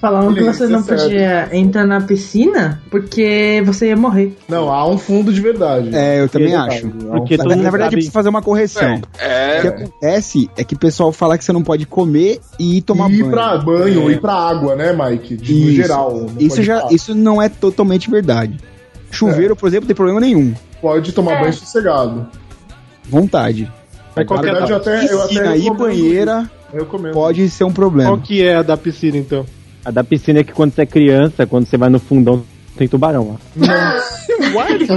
Falavam que
Isso
você
é
não
certo.
podia entrar na piscina porque você ia morrer.
Não, há um fundo de verdade.
É, eu também
Ele
acho.
faz, não.
Porque
Porque
na,
todo
na
mundo
verdade,
sabe-
eu preciso fazer uma correção.
É.
O que acontece é que o pessoal fala que você não pode comer e ir tomar
E ir
banho.
pra banho,
É.
ir pra água, né, Mike? De, no
Isso.
geral. não
Isso,
pode
já,
parar.
isso não é totalmente verdade. Chuveiro, por exemplo, não tem problema nenhum.
Pode tomar
É.
banho sossegado.
Vontade.
Mas qual que é a
Agora,
da-
piscina
eu até
e
recomendo.
banheira
Eu comendo.
pode ser um
Qual
problema.
que é a da piscina, então?
A da piscina é que quando você é criança, quando você vai no fundão, tem tubarão lá.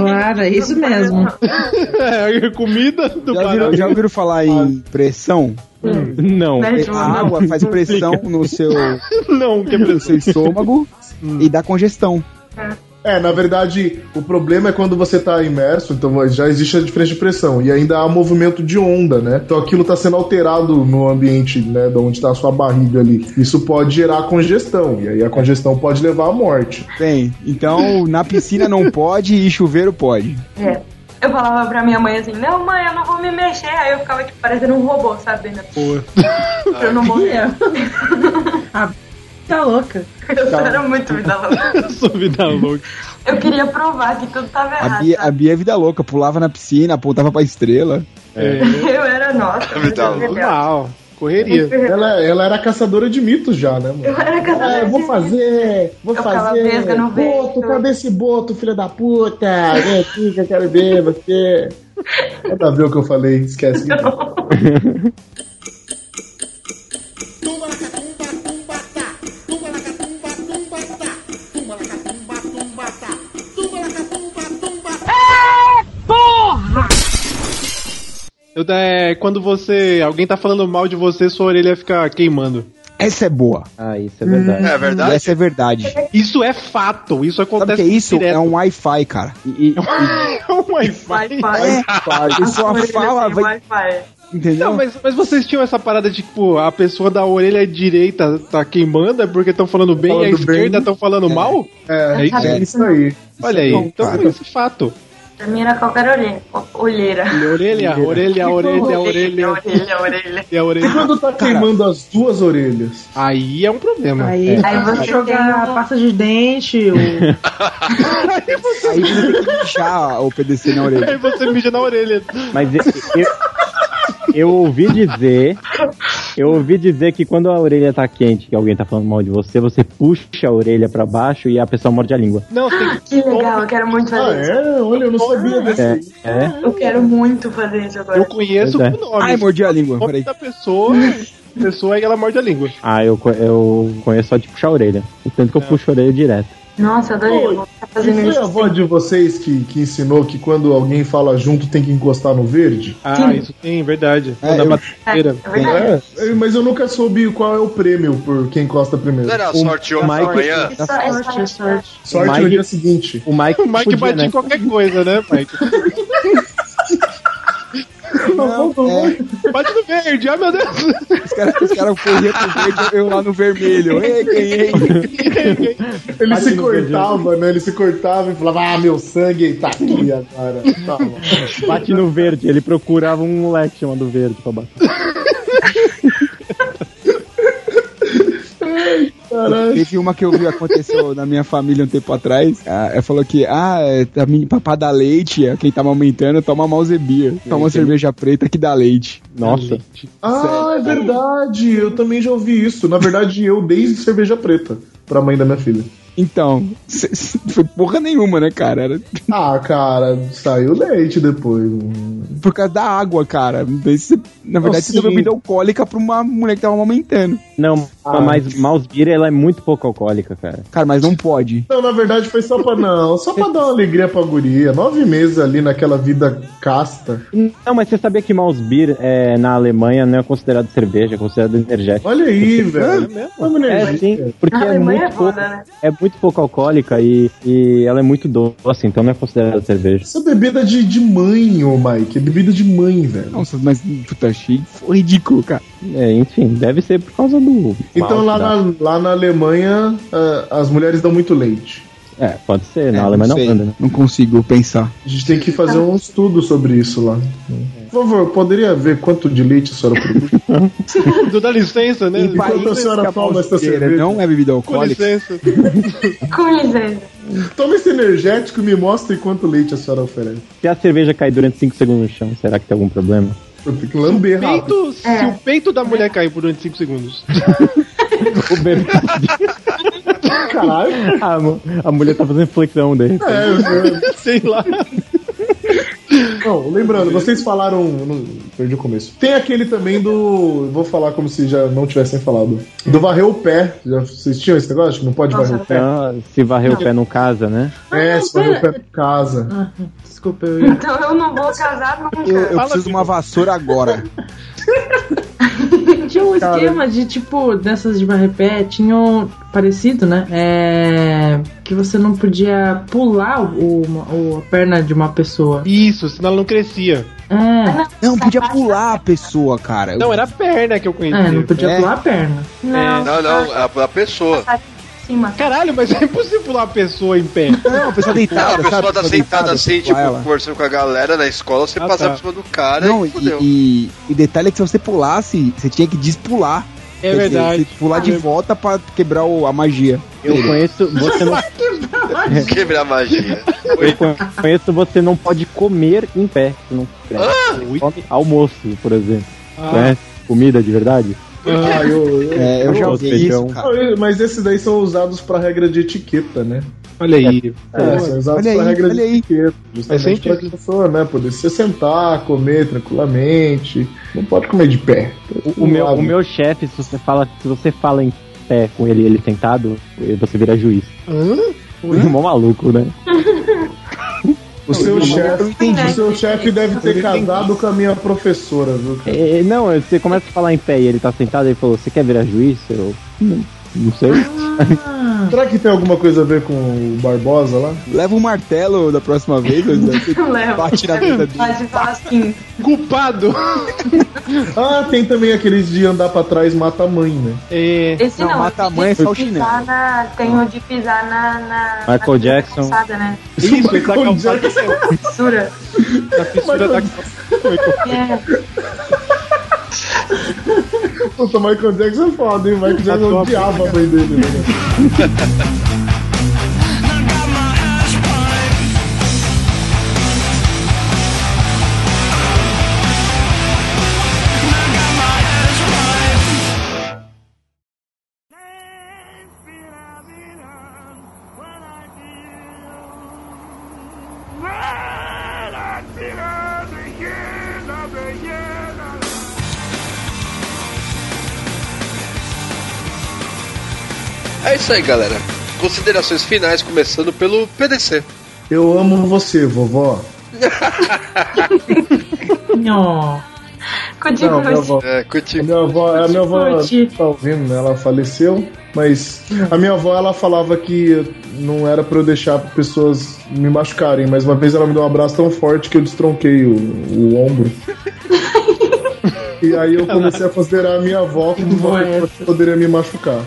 Claro, é isso mesmo.
É, comida do
Já ouviram, já ouviram falar em pressão?
Hum.
É,
Não.
A água faz pressão no seu,
Não, que
no seu estômago e dá congestão.
É, na verdade, o problema é quando você tá imerso, então já existe a diferença de pressão, e ainda há movimento de onda, né? Então aquilo tá sendo alterado no ambiente, né, de onde tá a sua barriga ali. Isso pode gerar congestão, e aí a congestão pode levar à morte.
Tem. Então, na piscina não pode e chuveiro pode.
É. Eu falava pra minha mãe assim, não mãe, eu não vou me mexer. Aí eu ficava tipo parecendo um robô, sabe? Né?
Boa.
Pra eu não morrer.
A Tá louca.
Eu era muito vida louca.
Eu sou vida louca.
Eu queria provar que tudo tava
A
errado.
Bia, a Bia é vida louca, pulava na piscina, apontava pra estrela.
Eu era nossa.
Me dá
louca.
Uau, correria. Ela, ela era caçadora de mitos já, né, mano?
Eu era caçadora
Ah, eu vou
de
fazer, vou
Eu ficava
fazer.
vesga no
boto, cadê esse boto, filha da puta? Vem aqui que eu quero ver você. Nada a ver o que eu falei, esquece.
porra!
Eu, é, quando você. Alguém tá falando mal de você, sua orelha fica queimando.
Essa é boa.
Ah, isso
é verdade. É verdade? Essa é verdade.
Isso é fato, isso
Sabe o
acontece
que é isso?
direto. É um
É um Wi-Fi, cara. E, e-
É.
Ah,
Wi-Fi.
é
e sua fala vai. Entendeu?
Não, mas, mas vocês tinham essa parada de, tipo, a pessoa da orelha direita tá queimando é porque estão falando bem e a
Falando
esquerda
bem.
estão falando mal?
É, é isso aí.
Olha aí,
Isso é bom,
então
cara.
isso é fato.
Pra mim era qualquer orelha. Olheira.
Orelha, orelha, orelha, orelha.
Orelha, orelha.
E a orelha.
Quando tá queimando as duas orelhas.
Aí é um problema.
Aí, aí você jogar pasta de dente, o
Aí você tem que puxar o
um
PDC na orelha.
Aí você mija na orelha.
Mas eu, eu, eu ouvi dizer. Eu ouvi dizer que quando a orelha tá quente, que alguém tá falando mal de você, você puxa a orelha pra baixo e a pessoa morde a língua.
Não, tem
Ah, que legal, eu quero
Ah,
muito fazer isso.
é? Olha, eu não sabia
É, é.
Eu quero muito fazer isso agora.
Eu conheço
Pois é.
o nome.
Ai, mordi
a língua,
O nome
peraí.
da pessoa, pessoa e ela morde a língua.
Ah, eu, co- eu conheço só de puxar a orelha. O tanto que eu puxo a orelha direto.
Nossa, adorei. Eu vou ficar
E
fazendo
foi é a
isso.
avó de vocês que, que ensinou que quando alguém fala junto tem que encostar no verde?
Ah,
Sim.
isso tem, verdade.
É,
Na
eu-
batedeira.
É, é, mas eu nunca soube qual é o prêmio por quem encosta primeiro. Um.
Não era a sorte hoje da manhã?
É sorte, é sorte.
Sorte
O Mike-
no dia seguinte.
O Mike,
O Mike bate
né?
em qualquer coisa, né, Mike? Bate no verde, ah, meu Deus!
Os caras
É
os cara corriam pro verde, eu lá no vermelho. Ei, ganhei.
Ele
Bate
se
no
cortava, né? Ele se cortava e falava, ah, meu sangue tá aqui agora. Tá bom.
Bate no verde, ele procurava um moleque chamado verde pra bater.
Caralho.
Teve uma que eu vi aconteceu na minha família um tempo atrás. Ah, Ela falou que, ah, é, tá me- pra, pra dar leite, é, quem tá amamentando, toma malzebia. Toma cerveja preta que dá leite.
Nossa.
Ah, é verdade. Eu também já ouvi isso. Na verdade, eu dei cerveja preta pra mãe da minha filha.
Então, cê- cê- foi porra nenhuma, né, cara? Era
Ah, cara, saiu leite depois.
por causa da água, cara. Daí cê- na verdade, você
sim.
deu bebida alcoólica pra uma mulher que tava amamentando.
Não, mas Mouse Beer, ela é muito pouco alcoólica, cara.
Ah. Cara, mas não pode.
Não, na verdade foi só pra não, só pra dar uma alegria pra guria. Nove meses ali naquela vida casta.
Não, mas você sabia que Mouse Beer é, na Alemanha não é considerado cerveja, é considerado energético.
Olha aí, velho.
É É, sim, porque
A
é
Alemanha é
muito, pouco,
foda, né?
é muito pouco alcoólica e, e ela é muito doce, então não é considerada cerveja.
Isso é bebida de, de mãe, ô Mike. É bebida de mãe, velho.
Nossa, mas puta chique. Foi ridículo, cara.
É, enfim, deve ser por causa do. malte
Então lá
da-
na, lá na Alemanha, ah, as mulheres dão muito leite.
É, pode ser, na
É,
Alemanha não
sei,
manda, né?
Não consigo pensar.
A gente tem que
É.
fazer um estudo sobre isso lá.
É.
Por favor, poderia ver quanto de leite a senhora produz?
Tu dá licença, né?
Em países
Enquanto a senhora
que a
toma essa
pauseira
cerveja.
Não é bebida
Com
alcoólica.
licença.
Com licença.
Toma esse energético e me mostre quanto leite a senhora oferece.
Se a cerveja cair durante 5 segundos no chão, será que tem algum problema?
Eu tenho que lamber rápido.
Peito, Se o peito da mulher cair por durante 5 segundos.
O bebê.
né?
Caralho.
a, mu- a mulher tá fazendo flexão dele.
É, eu-
Sei lá.
Não, lembrando, vocês falaram. não, perdi o começo. Tem aquele também do. Vou falar como se já não tivessem falado. Do varrer o pé. Já, vocês tinham esse negócio? Que Não pode varrer o pé?
Ah, se varrer o pé não casa, né?
É, se varrer o pé por casa.
Desculpa, eu ia.
Então eu não vou casar nunca.
Eu, eu preciso de uma vassoura agora.
Tinha um
Cara.
esquema de tipo, dessas de barrepé, tinha um parecido, né? É, que você não podia pular o, o- a perna de uma pessoa.
Isso, senão ela não crescia.
É.
Não, podia pular a pessoa, cara.
Não, era a perna que eu É, conhecia.
É, não podia pular a perna.
Não, não, é a, a pessoa. Tá
Caralho, mas é impossível pular a pessoa em pé.
Não, a pessoa
Não, a pessoa tá
sabe?
sentada assim, tipo,
ela.
conversando com a galera na escola, você
Ah,
passar
tá.
por cima do cara
Não,
e
e,
fudeu.
e, e detalhe é que se você pulasse, você tinha que despular. Quer dizer,
verdade.
tem que pular de volta pra quebrar o- a magia.
Eu conheço. Você não,
Quebrar a magia.
eu con- conheço você não pode comer em pé. Você não você come almoço, por exemplo.
Ah.
Conhece comida de verdade?
Ah, eu, eu,
É, eu já ouvi isso,
então.
Feijão. Mas esses daí são usados pra regra de etiqueta, né?
Olha aí.
É, são usados
Olha
pra
aí,
regra de
olha aí.
etiqueta. Justamente
sempre-
pra que a pessoa, né? Poder se sentar, comer tranquilamente. Não pode comer de pé.
O meu, o meu chefe, se você fala, se você fala em pé com ele, e ele sentado, você vira juiz. Mó maluco, né?
O seu
Não, eu
chefe
entendi.
o seu chefe deve ter
Eu entendi.
casado com a minha professora, viu? cara?
É, não, você começa a falar em pé e ele tá sentado, ele falou, você quer virar juiz? Eu, não, não sei.
Ah,
Ah.
Será que tem alguma coisa a ver com o Barbosa lá?
Leva um martelo da próxima vez, Luiz, né? Você bate na vida dele.
Pode falar assim.
Culpado!
ah, tem também aqueles de andar pra trás e mata a mãe, né?
Esse não, é o de
é
pisar na- Tem o de pisar na. na
Michael Jackson.
calçada, né?
Isso, ele tá calçado.
Fissura.
Na fissura da
É.
Puta, Michael Jackson é foda, hein? Michael Jackson odiava a mãe dele, né?
É isso aí, galera. Considerações finais, começando pelo PDC.
Eu amo você, vovó.
Não.
Não, minha avó,
É,
minha avó, a minha avó tá ouvindo, né? Ela faleceu, mas a minha avó ela falava que não era pra eu deixar pessoas me machucarem, mas uma vez ela me deu um abraço tão forte que eu destronquei o, o ombro. E aí eu comecei a considerar a minha avó como uma pessoa que poderia me machucar.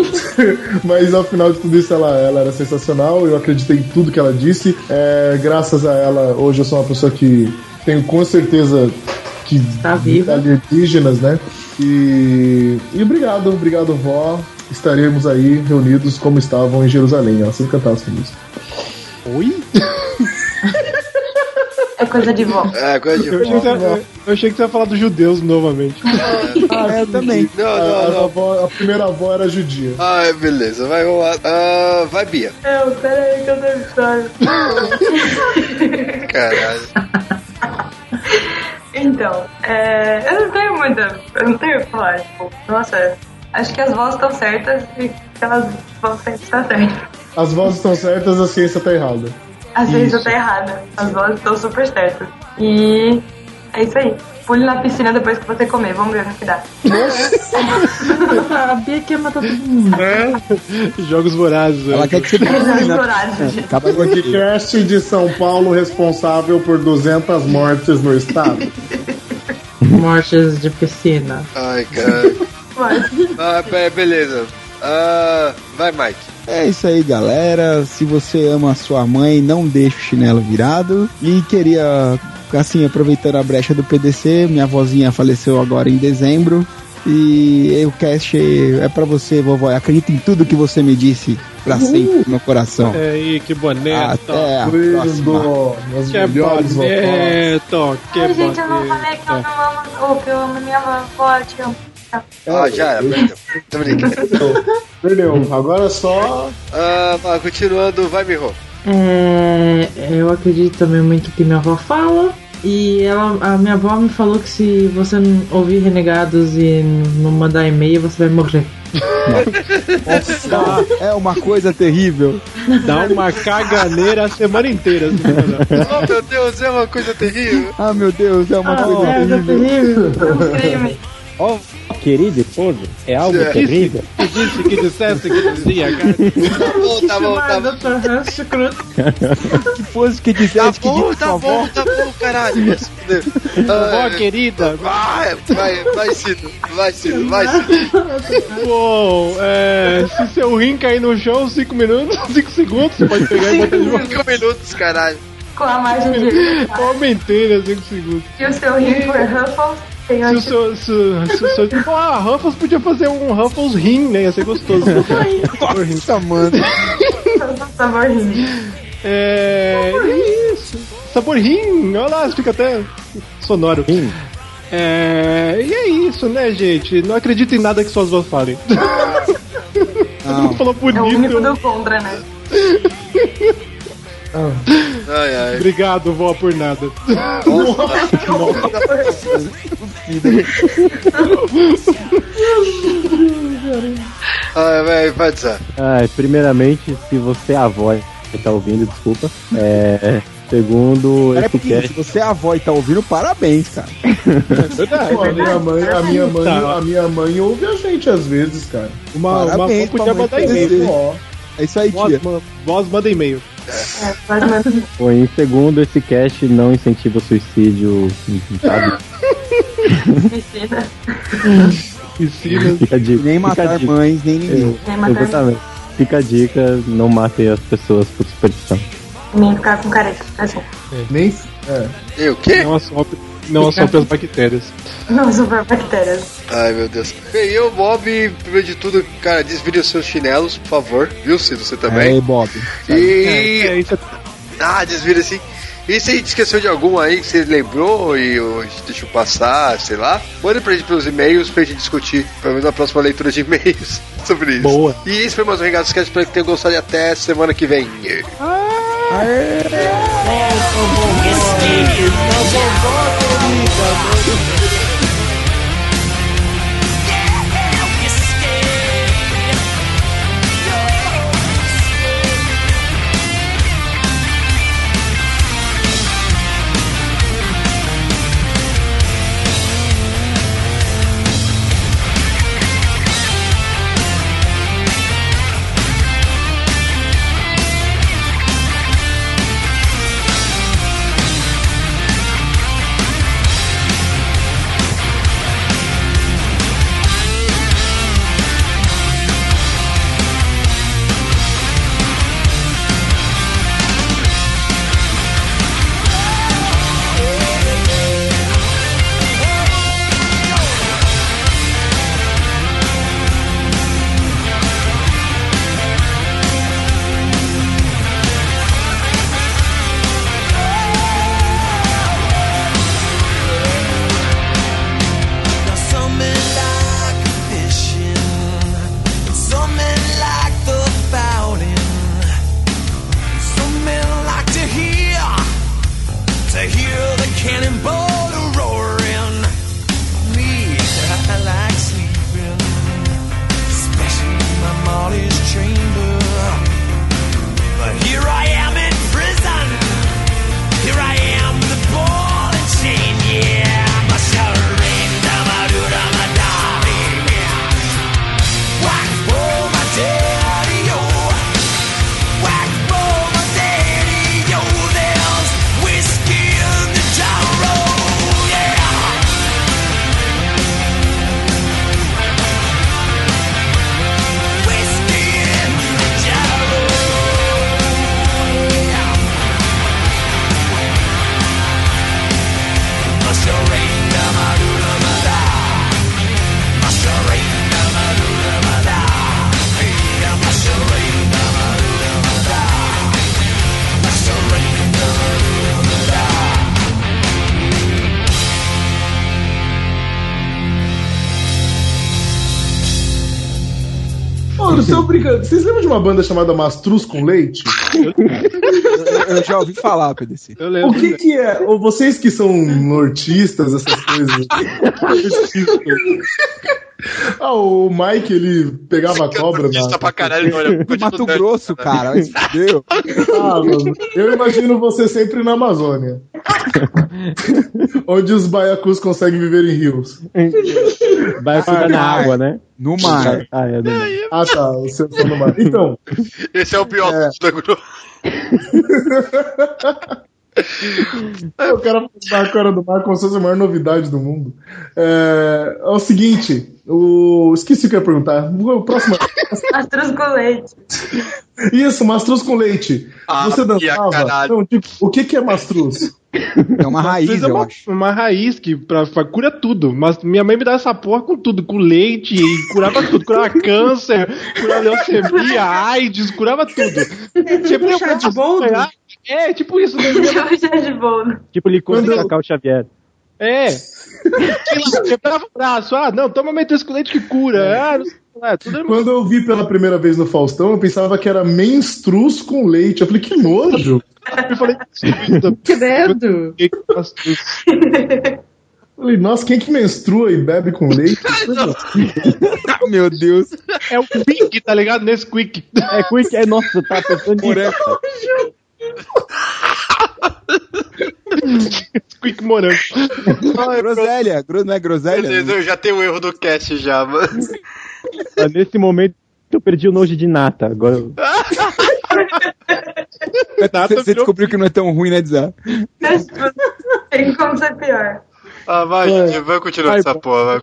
Mas ao final de tudo isso, ela, ela era sensacional. Eu acreditei em tudo que ela disse. É, graças a ela, hoje eu sou uma pessoa que tenho com certeza que tá
viva.
alienígenas, né? E, e obrigado, obrigado, vó. Estaremos aí reunidos como estavam em Jerusalém. Ela sempre cantava essa música.
Oi?
É coisa de vó.
É, coisa
Eu achei, que você, eu achei que você ia falar dos judeus novamente.
Ah, eu também.
Não, não,
a,
não.
avó- a primeira avó era judia.
Ah, beleza. Vai, vamos lá. Ah, vai, Bia.
Não, pera aí que eu tô história.
Caralho.
Então, é, eu não tenho muita. Eu não tenho o que falar, tipo, nossa, acho que as vozes estão certas e que elas vão sempre tá estar certas.
As vozes estão certas, a ciência tá errada.
Às vezes
Isso.
eu tô errada, as vozes estão super certas. E é isso aí. Pule na piscina depois que você comer, vamos ver no que dá.
A Bia quer matar todo mundo.
É.
Jogos vorazes.
Ela quer que você né? É, Acaba com aqui.
né? Podcast de São Paulo responsável por 200 mortes no estado.
Mortes de piscina.
Ai, cara. ah, be- beleza. Ah, vai, Mike.
É isso aí, galera. Se você ama a sua mãe, não deixe o chinelo virado. E queria, assim, aproveitando a brecha do PDC, minha vozinha faleceu agora em dezembro. E o cast é pra você, vovó. Acredita em tudo que você me disse pra
Uhul.
sempre no meu coração.
É aí, que boneto.
Ah,
Até a
é.
É. próxima.
As
Que
melhores
boneto, que
Ai,
boneto.
gente, eu não falei que
Tá.
eu não amo, ou que eu amo minha Tá. avó, te amo.
Ah, já era, perdeu. Tô brincando.
Perdeu. Agora só.
Ah, mas continuando, vai, Mirro.
É, eu acredito também muito no que minha avó fala. E ela, a minha avó me falou que se você não ouvir renegados e não mandar e-mail, você vai morrer.
É uma coisa terrível.
Tá. Dá uma caganeira a semana inteira. assim,
Oh, meu Deus, é uma coisa terrível.
Ah, meu Deus, é uma
Ah,
coisa
é, é um
terrível.
terrível.
Ó, querido esposo, é algo
É.
terrível.
Que disse, que dissesse, que dizia, cara.
Tá bom, tá bom, tá bom.
é um
que fosse que dissesse
Tá
que
bom,
disse
tá
sua
bom,
avó.
tá bom, caralho. Vai se fuder. Ah,
Vó querida.
Vai, vai, vai, Cid. Vai, Cid, vai, Cid.
Bom, é, se seu rim cair no chão, 5 minutos, 5 segundos, você pode pegar e botar de volta.
Cinco minutos, caralho.
Com a margem de.
Eu Aumentei, né? 5 segundos.
E o seu rim for Ruffles,
Se o seu. Se, o- se, o seu- tipo, ah, Ruffles podia fazer um Ruffles rim, né? Ia ser gostoso. Nossa, mano.
Sabor rim.
É. e é isso. Sabor rim. Olha lá, fica até sonoro. É, e é isso, né, gente? Não acredito em nada que suas vozes falem. Todo mundo falou bonito.
É o único do contra, né?
Ah. Ai, ai.
Obrigado, vó, por nada.
Ai, velho, vai dizer.
Ah, primeiramente, se você é a avó que tá ouvindo, desculpa. É, segundo,
É
esse
porque se
cast.
você é a avó e tá ouvindo, parabéns, cara.
Pô, a minha mãe, a minha mãe,
Tá.
a minha mãe ouve a gente às vezes, cara.
Uma, uma
Parabéns
vó
pra
podia
mãe
mandar
fazer.
e-mail.
É isso aí,
tia. Voz, voz manda e-mail.
É,
É,
Foi em segundo, esse cast não incentiva o suicídio, sabe?
Piscina.
Fica a dica.
Nem
fica a
matar
dica.
mães, nem ninguém.
Eu-
Nem matar
Exatamente. Fica a dica, não matem as pessoas por superstição.
Nem ficar com careca. Assim.
Nem.
é.
Eu o quê?
Não assopre, não assopre as bactérias.
Não, super bactérias.
Ai, meu Deus. Bem, eu, Bob, primeiro de tudo, cara, desvire os seus chinelos, por favor. Viu, Cid? Você também.
Aí, Bob.
Tá E. Ah, desvira assim. E se a gente esqueceu de alguma aí que você lembrou e eu- deixou passar, sei lá, manda pra gente pelos e-mails pra gente discutir, pelo menos na próxima leitura de e-mails, sobre isso.
Boa.
E esse foi mais um Regato Sketch, espero que tenham gostado e até semana que vem.
Now some men like fishing, some men like the fountain, some men like to hear, to hear the cannonball roaring. Me, I like sleeping, especially in my Molly's chamber. But here I am in prison. Here I am, the ball and chain, yeah. My shouldering, da ba do da ma da, yeah. Whack for my daddy, yo. Whack for my daddy, yo. There's whiskey in the jarro, yeah. Whiskey in the jarro, yeah.
Mano, se eu brincando. Vocês lembram de uma banda chamada Mastruz com Leite?
Eu, eu já ouvi falar, PDC.
Eu
O que que é? Ou vocês que são nortistas, essas coisas.
é
ah, o Mike, ele pegava cobra na...
pra caralho, olha. né?
Mato Grosso, cara. Mas fudeu.
Ah, mano, eu imagino você sempre na Amazônia. onde os baiacus conseguem viver em rios.
Vai cuidar na
Ai,
água, né?
No
mar.
Ah, é, no mar.
Ah, tá. Você tá no mar. Então,
Esse é o pior da grupo.
É, o cara faz a cara do mar como se fosse a maior novidade do mundo. É, é o seguinte, o... esqueci o que eu ia perguntar. O próximo. é,
Astros com leite.
Isso, mastruz com leite.
Ah,
Você
ia,
dançava?
caralho.
Não, tipo, o que, que é mastruz?
É uma raiz,
é
eu
uma,
acho.
uma raiz que pra, pra- cura tudo. Mas minha mãe me dá essa porra com tudo, com leite, e curava tudo, curava câncer, curava leucemia, AIDS, curava tudo. Tipo,
um É chá de boldo?
É, tipo isso. né?
de boldo.
Tipo licor de
Quando-
Cacau Xavier.
É. Sei lá, quebrava o braço. Ah, não, toma mentesco com leite que cura. Ah, não sei lá, tudo é
Quando eu vi pela primeira vez no Faustão, eu pensava que era menstruz com leite. Eu falei, que nojo.
Eu falei, então, Credo!
Falei, nossa, quem é que menstrua e bebe com leite?
Meu Deus.
É o Quick, tá ligado? Nesse Quick.
É Quick, é nossa, tá pensando
nisso.
Quick morango.
Ah,
groselha, gro- não é groselha?
Beleza, eu já tenho o erro do cast já, mano.
Mas nesse momento eu perdi o nojo de nata. Agora eu-
Você você descobriu que não é tão ruim, né, Dizá?
Tem como ser pior.
Ah, vai, gente, vai continuar essa porra. vai.